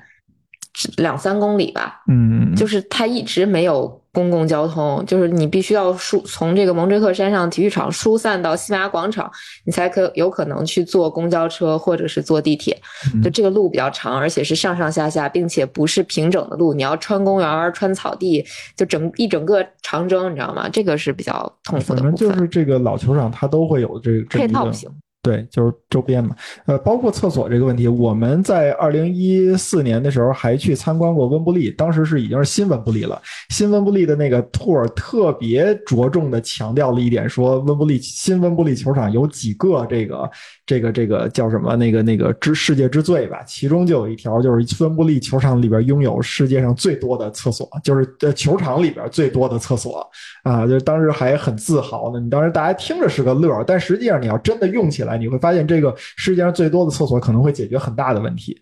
两三公里吧，嗯，就是它一直没有公共交通，就是你必须要疏从这个蒙锥克山上体育场疏散到西班牙广场，你才可有可能去坐公交车或者是坐地铁。嗯就这个路比较长，而且是上上下下，并且不是平整的路，你要穿公园儿、穿草地，就整一整个长征，你知道吗？这个是比较痛苦反的正部就分。是这个老球场它都会有这这配一套个不行，对，就是周边嘛，呃，包括厕所这个问题，我们在二零一四年的时候还去参观过温布利，当时是已经是新温布利了。新温布利的那个 tour 特别着重的强调了一点，说温布利新温布利球场有几个这个这个这个叫什么那个那个之世界之最吧，其中就有一条就是温布利球场里边拥有世界上最多的厕所，就是呃球场里边最多的厕所。啊，就是当时还很自豪呢。你当时大家听着是个乐儿，但实际上你要真的用起来，你会发现这个世界上最多的厕所可能会解决很大的问题。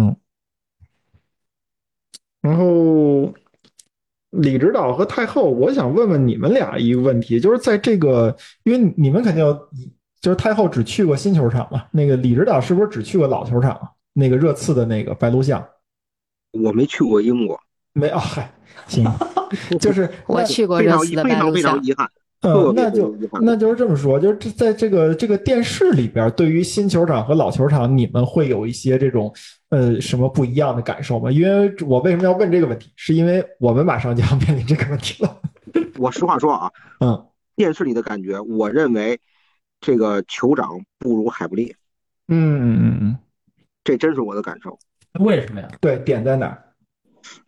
嗯，然后李指导和太后，我想问问你们俩一个问题，就是在这个，因为你们肯定有就是太后只去过新球场嘛，那个李指导是不是只去过老球场啊？那个热刺的那个白鹿巷我没去过英国，没啊？嗨、行， 就是我那去过非热常刺的非白常鹿非巷常，遗憾。呃特，别那特别就遗憾那就是这么说，就是这在这个这个电视里边，对于新球场和老球场，你们会有一些这种呃什么不一样的感受吗？因为我为什么要问这个问题，是因为我们马上就要面临这个问题了。我实话说啊， 嗯电视里的感觉，我认为这个酋长不如海布利，嗯嗯嗯，这真是我的感受。为什么呀？对，点在哪儿？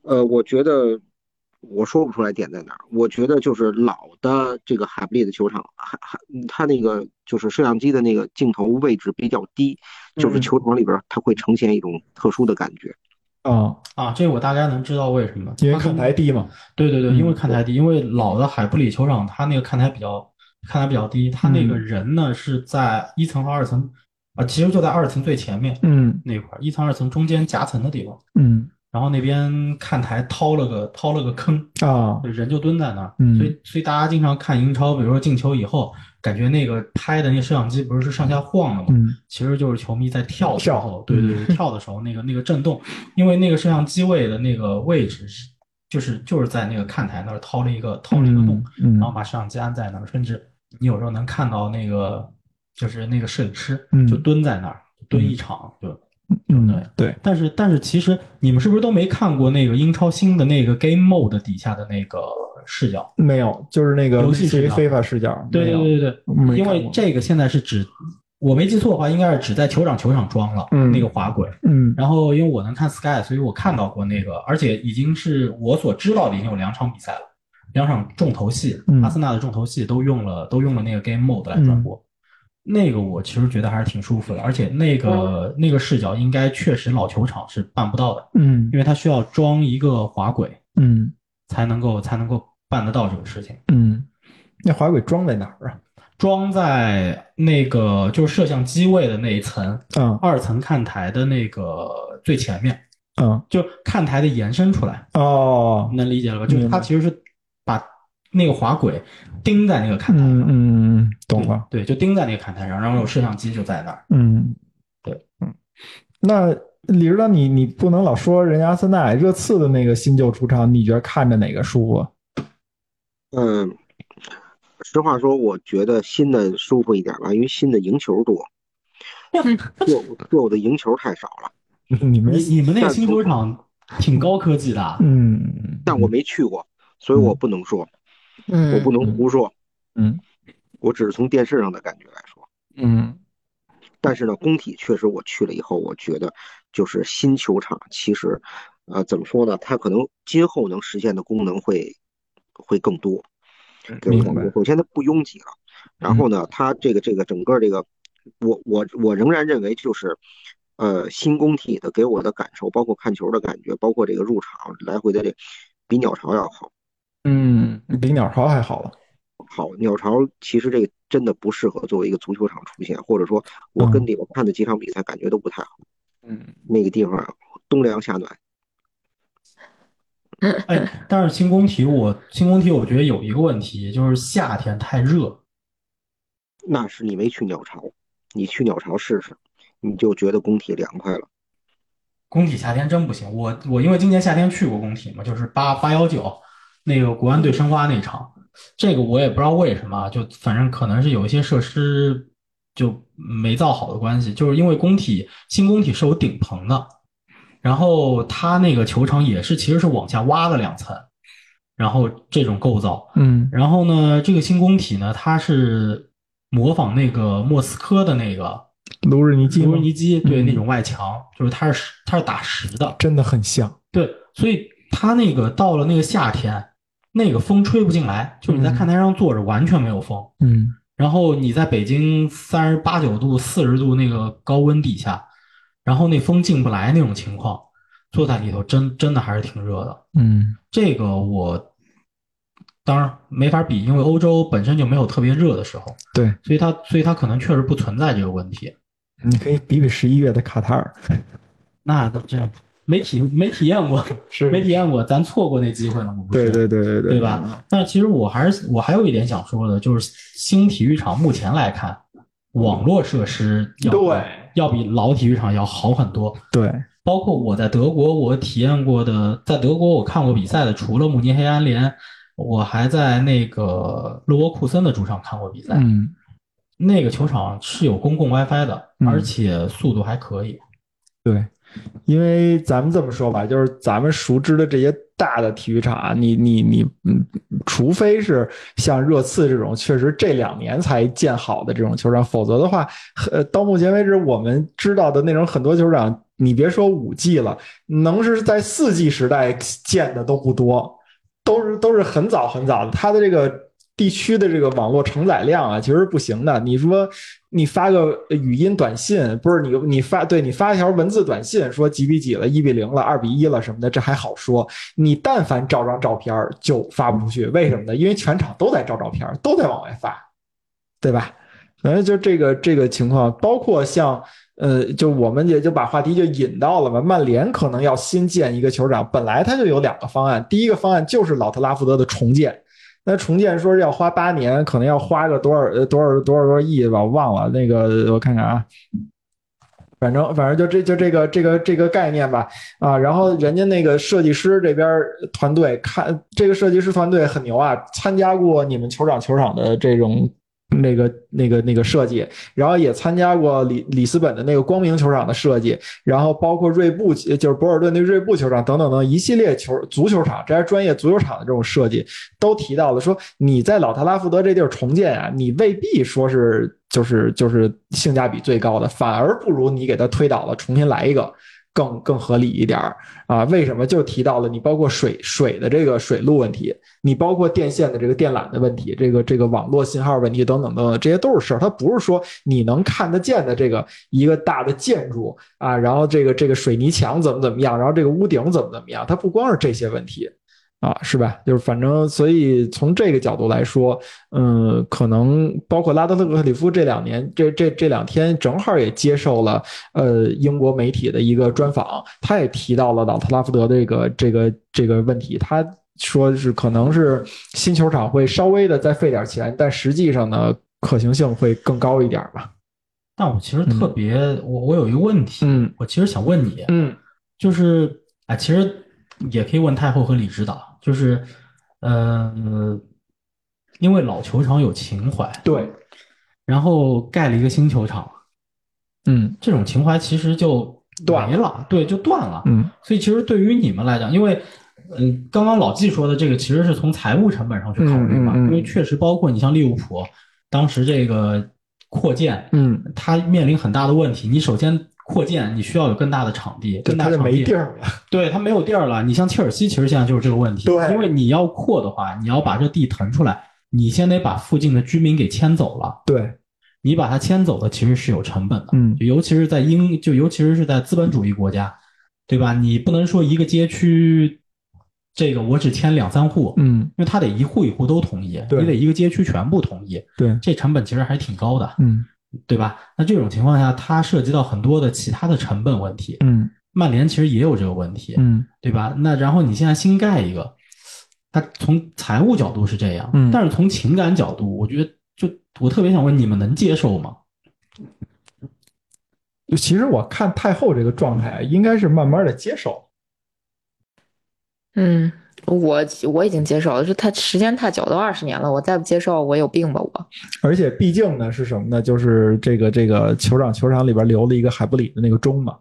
呃，我觉得我说不出来点在哪儿。我觉得就是老的这个海布利的球场，还还嗯它那个就是摄像机的那个镜头位置比较低，就是嗯球场里边儿它会呈现一种特殊的感觉。啊、啊，这我大概能知道为什么，因为它跟看台低嘛。对对对，嗯因为看台低，因为老的海布里球场，它那个看台比较看台比较低，它那个嗯人呢是在一层和二层啊，其实就在二层最前面嗯那块儿，一层二层中间夹层的地方，嗯然后那边看台掏了个掏了个坑，啊人就蹲在那儿，嗯所以所以大家经常看英超，比如说进球以后，感觉那个拍的那摄像机不是是上下晃的嘛，嗯其实就是球迷在跳的时跳嗯候，对对对，跳的时候那个那个震动，因为那个摄像机位的那个位置是就是就是在那个看台那儿掏了一个掏了一个洞，嗯然后把摄像机安在那儿，甚至你有时候能看到那个就是那个摄影师嗯就蹲在那儿蹲一场，对。嗯对，但是但是其实你们是不是都没看过那个英超新的那个 Game Mode 底下的那个视角？没有，就是那个游类戏似于视角非法视角。对没有对对对没看对，因为过这个现在是只我没记错的话，应该是只在球场球场装了嗯那个滑轨。嗯然后因为我能看 Sky，所以我看到过那个，而且已经是我所知道的已经有两场比赛了，两场重头戏嗯，阿森纳的重头戏都用了都用了那个 Game Mode 来转播。那个我其实觉得还是挺舒服的，而且那个嗯那个视角应该确实老球场是办不到的，嗯因为它需要装一个滑轨嗯才能够才能够办得到这种事情。嗯，那滑轨装在哪儿啊？装在那个就是摄像机位的那一层，嗯二层看台的那个最前面，嗯就看台的延伸出来，哦，能理解了吧？就是明白它其实是把那个滑轨钉在那个看台嗯上，嗯嗯，懂了。对，就钉在那个看台上，然后有摄像机就在那儿。嗯，对，嗯，那李指导，你你不能老说人家阿森纳热刺的那个新旧主场，你觉得看着哪个舒服？ 嗯，实话说，我觉得新的舒服一点吧，因为新的赢球多，旧旧的赢球太少了。你们你你们那个新球场挺高科技的啊，嗯，但我没去过，所以我不能说，嗯，我不能胡说，嗯我只是从电视上的感觉来说。嗯但是呢，工体确实我去了以后，我觉得就是新球场其实，呃，怎么说呢？它可能今后能实现的功能会会更多，给我明感白嗯觉。首先它不拥挤了，然后呢，它这个这个整个这个，我我我仍然认为就是，呃，新工体的给我的感受，包括看球的感觉，包括这个入场来回的这，比鸟巢要好。嗯，比鸟巢还好了。好，鸟巢其实这个真的不适合作为一个足球场出现，或者说，我跟里我看的几场比赛感觉都不太好。嗯那个地方啊冬凉夏暖，嗯哎，但是新工体我新工体我觉得有一个问题，就是夏天太热，那是你没去鸟巢，你去鸟巢试试，你就觉得工体凉快哦了。工体夏天真不行。我我因为今年夏天去过工体嘛，就是八八幺九那个国安对申花那场，这个我也不知道为什么啊，就反正可能是有一些设施就没造好的关系，就是因为工体新工体是有顶棚的，然后它那个球场也是其实是往下挖了两层，然后这种构造。嗯然后呢，这个新工体呢，它是模仿那个莫斯科的那个卢日尼基卢日尼基对嗯那种外墙，就是它是石它是打实的，真的很像。对，所以它那个到了那个夏天，那个风吹不进来，就是你在嗯看台上坐着完全没有风，嗯然后你在北京三十八九度、四十度那个高温底下，然后那风进不来那种情况，坐在里头真真的还是挺热的。嗯这个我当然没法比，因为欧洲本身就没有特别热的时候，对，所以它所以它可能确实不存在这个问题。你可以比比十一月的卡塔尔，那这没体没体验过，是 没体验过，咱错过那机会了，我不是对对对对对对吧？但是其实我还是我还有一点想说的，就是新体育场目前来看，网络设施要对要比老体育场要好很多。对，包括我在德国，我体验过的，在德国我看过比赛的，除了慕尼黑安联，我还在那个勒沃库森的主场看过比赛。嗯那个球场是有公共 WiFi 的，嗯而且速度还可以。对，因为咱们这么说吧，就是咱们熟知的这些大的体育场啊，你你你，嗯，除非是像热刺这种确实这两年才建好的这种球场，否则的话，呃，到目前为止我们知道的那种很多球场，你别说五 G 了，能是在四 G 时代建的都不多，都是都是很早很早的，它的这个。地区的这个网络承载量啊，其实是不行的。你说你发个语音短信，不是你你发对你发一条文字短信，说几比几了，一比零了，二比一了什么的，这还好说。你但凡照张照片儿就发不出去，为什么呢？因为全场都在照照片儿，都在往外发，对吧？反正就这个这个情况，包括像呃，就我们也就把话题就引到了嘛，曼联可能要新建一个球场，本来它就有两个方案，第一个方案就是老特拉福德的重建。那重建说是要花八年，可能要花个多少呃多少多少多少亿吧，我忘了那个，我看看啊，反正反正就这就这个这个这个概念吧，啊，然后人家那个设计师这边团队看这个设计师团队很牛啊，参加过你们酋长球场的这种那个那个那个设计，然后也参加过里里斯本的那个光明球场的设计，然后包括锐步就是博尔顿那锐步球场等等等一系列球足球场，这还是专业足球场的这种设计，都提到了说你在老特拉福德这地儿重建啊，你未必说是就是就是性价比最高的，反而不如你给它推倒了重新来一个。更更合理一点儿啊？为什么？就提到了你包括水水的这个水路问题，你包括电线的这个电缆的问题，这个这个网络信号问题等等等等，这些都是事儿。它不是说你能看得见的这个一个大的建筑啊，然后这个这个水泥墙怎么怎么样，然后这个屋顶怎么怎么样，它不光是这些问题。啊，是吧？就是反正，所以从这个角度来说，嗯，可能包括拉德克里夫这两年，这这这两天正好也接受了呃英国媒体的一个专访，他也提到了老特拉福德这个这个这个问题，他说是可能是新球场会稍微的再费点钱，但实际上呢，可行性会更高一点吧。但我其实特别，我我有一个问题，嗯我其实想问你，嗯就是啊，其实也可以问太后和李指导，就是呃，因为老球场有情怀，对，然后盖了一个新球场，嗯这种情怀其实就断没了，对，就断了。嗯所以其实对于你们来讲，因为嗯，刚刚老纪说的这个其实是从财务成本上去考虑嘛，嗯嗯嗯因为确实包括你像利物浦当时这个扩建，嗯，它面临很大的问题。你首先扩建，你需要有更大的场地，对更他大就场没地，地儿了。对，它没有地儿了。你像切尔西，其实现在就是这个问题，对因为你要扩的话，你要把这地腾出来，你先得把附近的居民给迁走了。对，你把它迁走的其实是有成本的，嗯就尤其是在英，就尤其是在资本主义国家，对吧？你不能说一个街区，这个我只迁两三户，嗯因为他得一户一户都同意，对你得一个街区全部同意，对，这成本其实还挺高的，嗯对吧？那这种情况下，它涉及到很多的其他的成本问题。嗯曼联其实也有这个问题，嗯对吧？那然后你现在新盖一个，它从财务角度是这样，嗯但是从情感角度，我觉得就我特别想问你们能接受吗？就其实我看太后这个状态，应该是慢慢的接受。嗯，我我已经接受了，是他时间太久，都二十年了，我再不接受，我有病吧我？而且毕竟呢是什么呢？就是这个这个酋长球场里边留了一个海布里的那个钟嘛。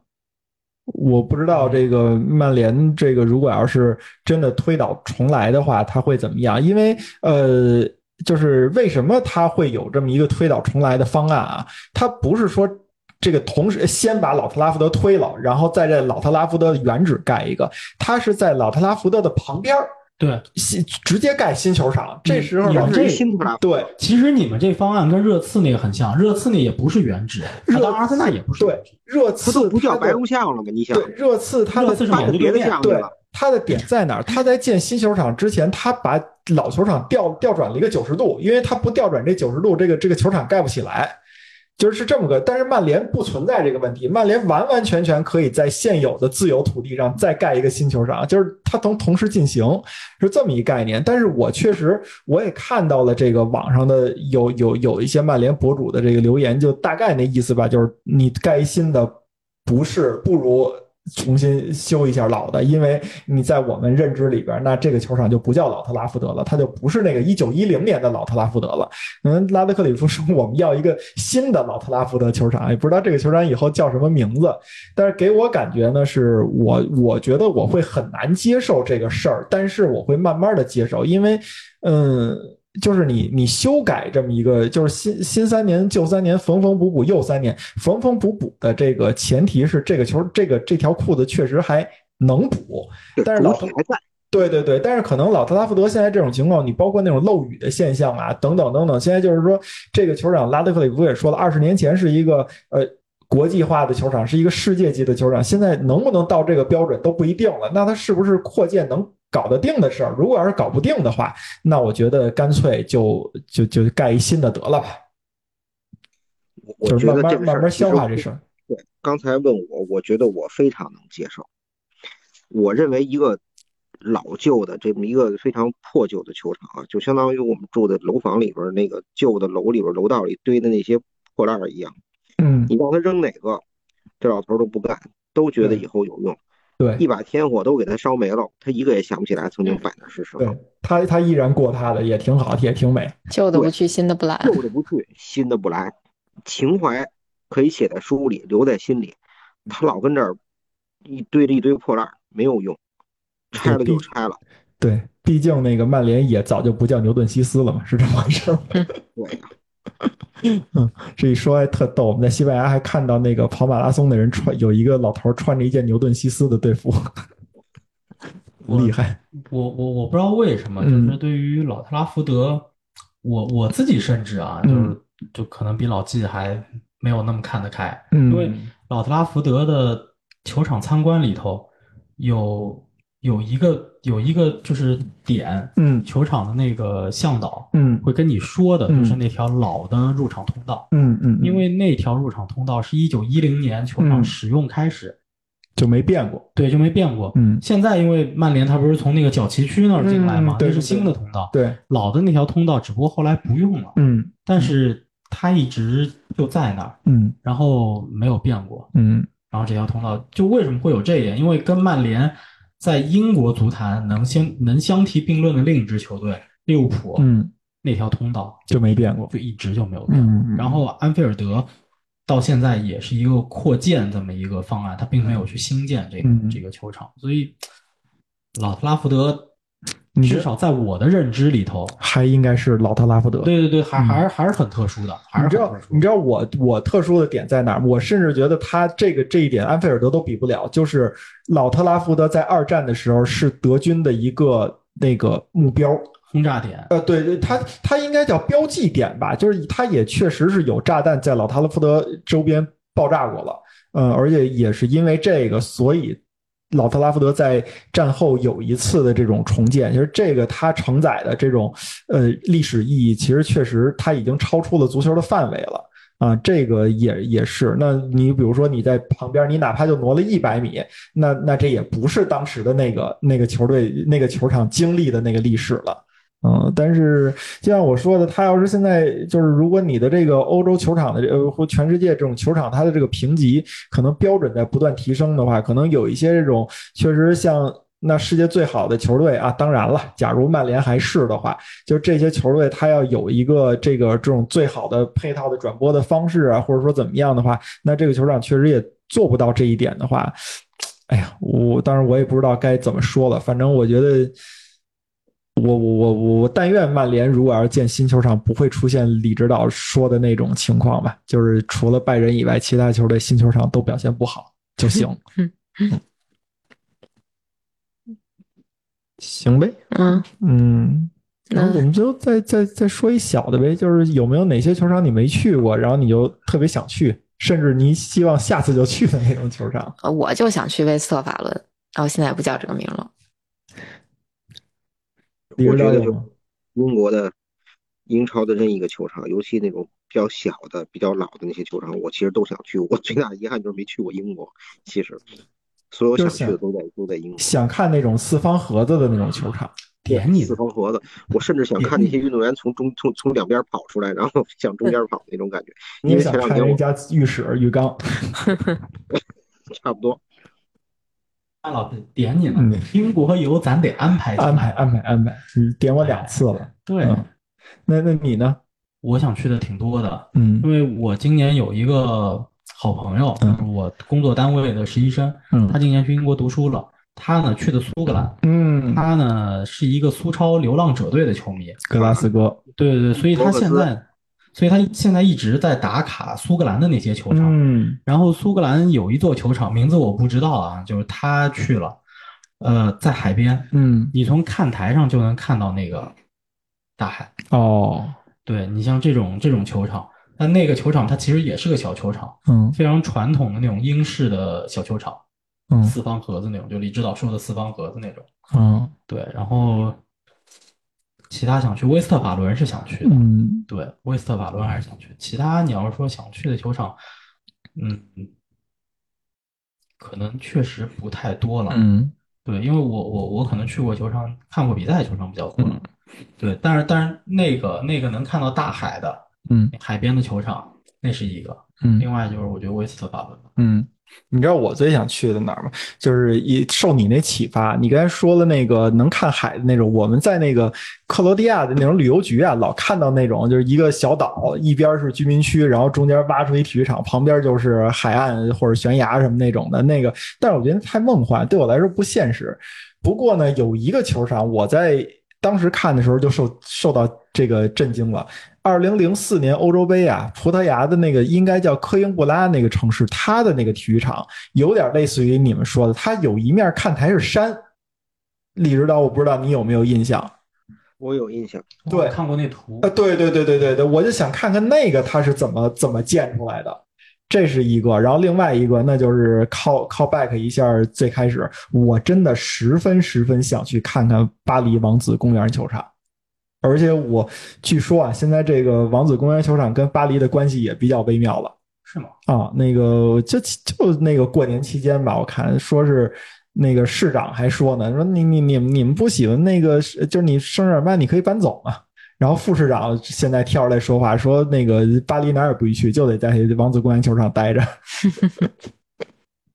我不知道这个曼联这个如果要是真的推倒重来的话，他会怎么样？因为呃，就是为什么他会有这么一个推倒重来的方案啊？他不是说。这个同时先把老特拉福德推了，然后再在老特拉福德的原址盖一个，他是在老特拉福德的旁边儿对，新直接盖新球场。这时候你要呢这这新特拉福对其实你们这方案跟热刺那个很像，热刺那也不是原址，热当然阿森纳也不是原址，热他刺都不叫他的白鹿巷了吗？你想对，热刺他的热刺是他免的租别的面项目对了，他的点在哪儿？他在建新球场之前，他把老球场调调转了一个九十度，因为他不调转这九十度，这个这个球场盖不起来。就是这么个，但是曼联不存在这个问题，曼联完完全全可以在现有的自有土地上再盖一个新球场，就是它能同时进行，是这么一概念。但是我确实我也看到了这个网上的有有有一些曼联博主的这个留言，就大概那意思吧，就是你盖一新的不是不如重新修一下老的，因为你在我们认知里边，那这个球场就不叫老特拉福德了，它就不是那个一九一零年的老特拉福德了。嗯，拉德克里夫说我们要一个新的老特拉福德球场，也不知道这个球场以后叫什么名字。但是给我感觉呢，是我我觉得我会很难接受这个事儿，但是我会慢慢的接受，因为，嗯。就是你，你修改这么一个，就是新新三年旧三年，缝缝补补又三年，缝缝补补的这个前提是这个球这个这条裤子确实还能补，对但是主老体还在，对对对，但是可能老特拉福德现在这种情况，你包括那种漏雨的现象啊，等等等等，现在就是说，这个球场拉德克里夫也说了，二十年前是一个呃国际化的球场，是一个世界级的球场，现在能不能到这个标准都不一定了。那它是不是扩建能搞得定的事儿？如果要是搞不定的话，那我觉得干脆就就就盖一新的得了吧，我就我是觉慢得这慢个事慢儿慢消化其实这事儿。对，刚才问我，我觉得我非常能接受。我认为一个老旧的这么一个非常破旧的球场啊，就相当于我们住的楼房里边儿那个旧的楼里边儿楼道里堆的那些破烂儿一样，嗯，你让他扔哪个，这老头儿都不干，都觉得以后有用，一对把天火都给他烧没了，他一个也想不起来曾经摆那儿是什么。嗯对，他他依然过他的，也挺好，也挺美。旧的不去，新的不来。旧的不去，新的不来。情怀可以写在书里，留在心里。他老跟这儿一堆着一堆破烂儿，没有用，拆了就拆了。对，毕竟那个曼联也早就不叫牛顿西斯了嘛，是这么回事儿。嗯对 呀、这一说还特逗，我们在西班牙还看到那个跑马拉松的人穿有一个老头儿穿着一件牛顿西斯的队服，我厉害。我我我不知道为什么，就嗯是对于老特拉福德，我我自己甚至啊，就嗯是就可能比老纪还没有那么看得开，因为嗯老特拉福德的球场参观里头有有一个有一个就是点，嗯球场的那个向导嗯会跟你说的，就是嗯那条老的入场通道，嗯嗯，因为那条入场通道是一九一零年球场嗯使用开始，就没变过，对，就没变过。嗯，现在因为曼联它不是从那个角旗区那儿进来嘛嗯，对那是对新的通道，对，老的那条通道只不过后来不用了，嗯但是它一直就在那儿，嗯然后没有变过。嗯然后这条通道就为什么会有这一点？因为跟曼联在英国足坛能相能相提并论的另一支球队利物浦，嗯，那条通道就没变过，就一直就没有变。嗯，然后安菲尔德到现在也是一个扩建这么一个方案，他并没有去新建这个、嗯这个球场，所以老特拉福德你至这少在我的认知里头，还应该是老特拉福德，对对对，还嗯还是还是很特殊的，还你是知很道特，殊你知道我我特殊的点在哪儿？我甚至觉得他这个这一点，安菲尔德都比不了。就是老特拉福德在二战的时候是德军的一个那个目标，轰炸点。呃，对对，它它应该叫标记点吧，就是它也确实是有炸弹在老塔勒福德周边爆炸过了，呃，而且也是因为这个，所以老特拉福德在战后有一次的这种重建，其实这个它承载的这种呃历史意义，其实确实它已经超出了足球的范围了。啊，这个也也是。那你比如说你在旁边，你哪怕就挪了一百米，那那这也不是当时的那个那个球队那个球场经历的那个历史了。嗯，但是就像我说的，他要是现在就是，如果你的这个欧洲球场的这呃或全世界这种球场，它的这个评级可能标准在不断提升的话，可能有一些这种确实像那世界最好的球队啊，当然了，假如曼联还是的话，就这些球队它要有一个这个这种最好的配套的转播的方式啊，或者说怎么样的话，那这个球场确实也做不到这一点的话，哎呀，我当然我也不知道该怎么说了，反正我觉得。我我我我我但愿曼联如果要是建新球场，不会出现李指导说的那种情况吧，就是除了拜仁以外，其他球队新球场都表现不好就行。嗯嗯 行呗，嗯，嗯，然后我那们就再再再说一小的呗，就是有没有哪些球场你没去过，然后你就特别想去，甚至你希望下次就去的那种球场？呃我就想去威斯特法伦，哦，现在不叫这个名了。李指导有我觉得吗？英国的英超的任意一个球场，尤其那种比较小的、比较老的那些球场，我其实都想去。我最大的遗憾就是没去过英国。其实，所有就想是去的都在都在英国。想看那种四方盒子的那种球场。点你四方盒子，我甚至想看那些运动员从中从从两边跑出来，然后向中间跑那种感觉，你也因为想前两看年人我家浴室浴缸，差不多。那老子点你了嗯，英国游咱得安排安排安排安排，你点我两次了。对，嗯那那你呢？我想去的挺多的，嗯因为我今年有一个好朋友，就嗯是我工作单位的实习生，嗯他今年去英国读书了，他呢去的苏格兰，嗯，他呢是一个苏超流浪者队的球迷，格拉斯哥，对对对，所以他罗伯现斯在，所以他现在一直在打卡苏格兰的那些球场，嗯然后苏格兰有一座球场，名字我不知道啊，就是他去了，呃，在海边，嗯，你从看台上就能看到那个大海。哦，对你像这种这种球场，但那个球场它其实也是个小球场，嗯非常传统的那种英式的小球场，嗯四方盒子那种，就李指导说的四方盒子那种。嗯对，然后其他想去威斯特法伦是想去的，嗯，对，威斯特法伦还是想去。其他你要是说想去的球场，嗯，可能确实不太多了。嗯对，因为我我我可能去过球场，看过比赛，球场比较多。嗯对，但是但是那个那个能看到大海的，嗯海边的球场，那是一个。嗯另外就是我觉得威斯特法伦吧，嗯。你知道我最想去的哪儿吗？就是一受你那启发，你刚才说了那个能看海的那种，我们在那个克罗地亚的那种旅游局啊，老看到那种就是一个小岛，一边是居民区，然后中间挖出一体育场，旁边就是海岸或者悬崖什么那种的那个，但是我觉得太梦幻，对我来说不现实。不过呢，有一个球场我在当时看的时候就受受到这个震惊了。二零零四年欧洲杯啊，葡萄牙的那个应该叫科英布拉那个城市，它的那个体育场有点类似于你们说的，它有一面看台是山。李指导，我不知道你有没有印象？我有印象，对我看过那图呃啊，，对对对对对对，我就想看看那个它是怎么怎么建出来的。这是一个，然后另外一个那就是 call call back 一下最开始，我真的十分十分想去看看巴黎王子公园球场，而且我据说啊，现在这个王子公园球场跟巴黎的关系也比较微妙了。是吗？啊，那个就就那个过年期间吧，我看说是那个市长还说呢，说你你你们你们不喜欢那个，就是你圣日耳曼你可以搬走嘛。然后副市长现在跳出来说话，说那个巴黎哪儿也不许去，就得在王子公园球场待着。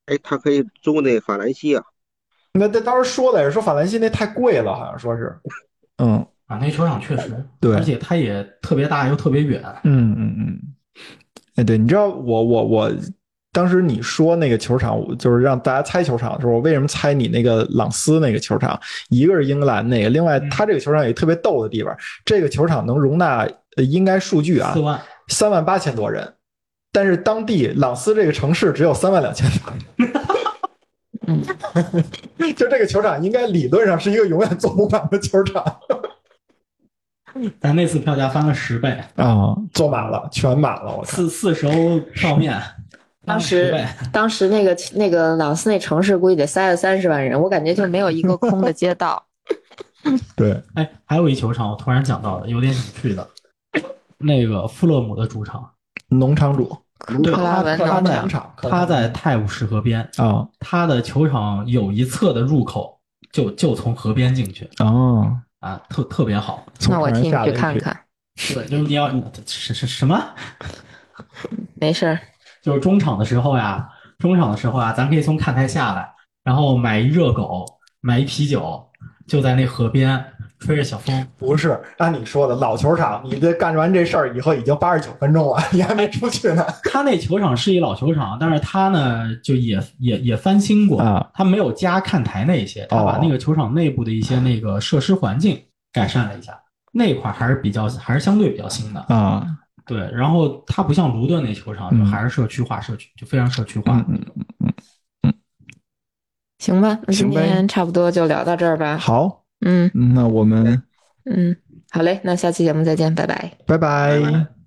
哎，他可以租那法兰西啊，那那当时说的是说法兰西那太贵了，好像说是，嗯啊，那球场确实，对而且它也特别大又特别远，嗯嗯嗯，哎，对，你知道我我我当时你说那个球场，我就是让大家猜球场的时候，我为什么猜你那个朗斯那个球场？一个是英格兰那个，另外嗯它这个球场有一特别逗的地方，这个球场能容纳呃应该数据啊四万。三万八千多人，但是当地朗斯这个城市只有三万两千多人。嗯， 就这个球场应该理论上是一个永远坐不满的球场但那次票价翻了十倍，啊，坐满了，全满了，我看四四十欧票面，翻当了十时倍。当时那个那个朗斯那城市估计得塞了三十万人，我感觉就没有一个空的街 道。对，哎，还有一球场，我突然想到了，有点想 去的，那个富勒姆的主场，农场主，对，克拉他文他农在场场克拉他文在泰晤士河边，啊他的球场有一侧的入口就就从河边进去哦，啊，特特别好。从那我船替你下去来看去，看，对，就是你要什什什么？没事儿。就是中场的时候呀，中场的时候啊，咱可以从看台下来，然后买一热狗，买一啤酒，就在那河边吹着小风，不是按你说的老球场，你这干完这事儿以后已经八十九分钟了，你还没出去呢他那球场是一老球场，但是他呢就也也也翻新过，啊他没有加看台那些，他把那个球场内部的一些那个设施环境改善了一下，那块儿还是比较还是相对比较新的。啊，对，然后它不像卢顿那球场，就嗯还是社区化，社区就非常社区化。行吧，那今行呗天差不多就聊到这儿吧。好，嗯那我们嗯，好嘞，那下期节目再见，拜拜。拜拜拜拜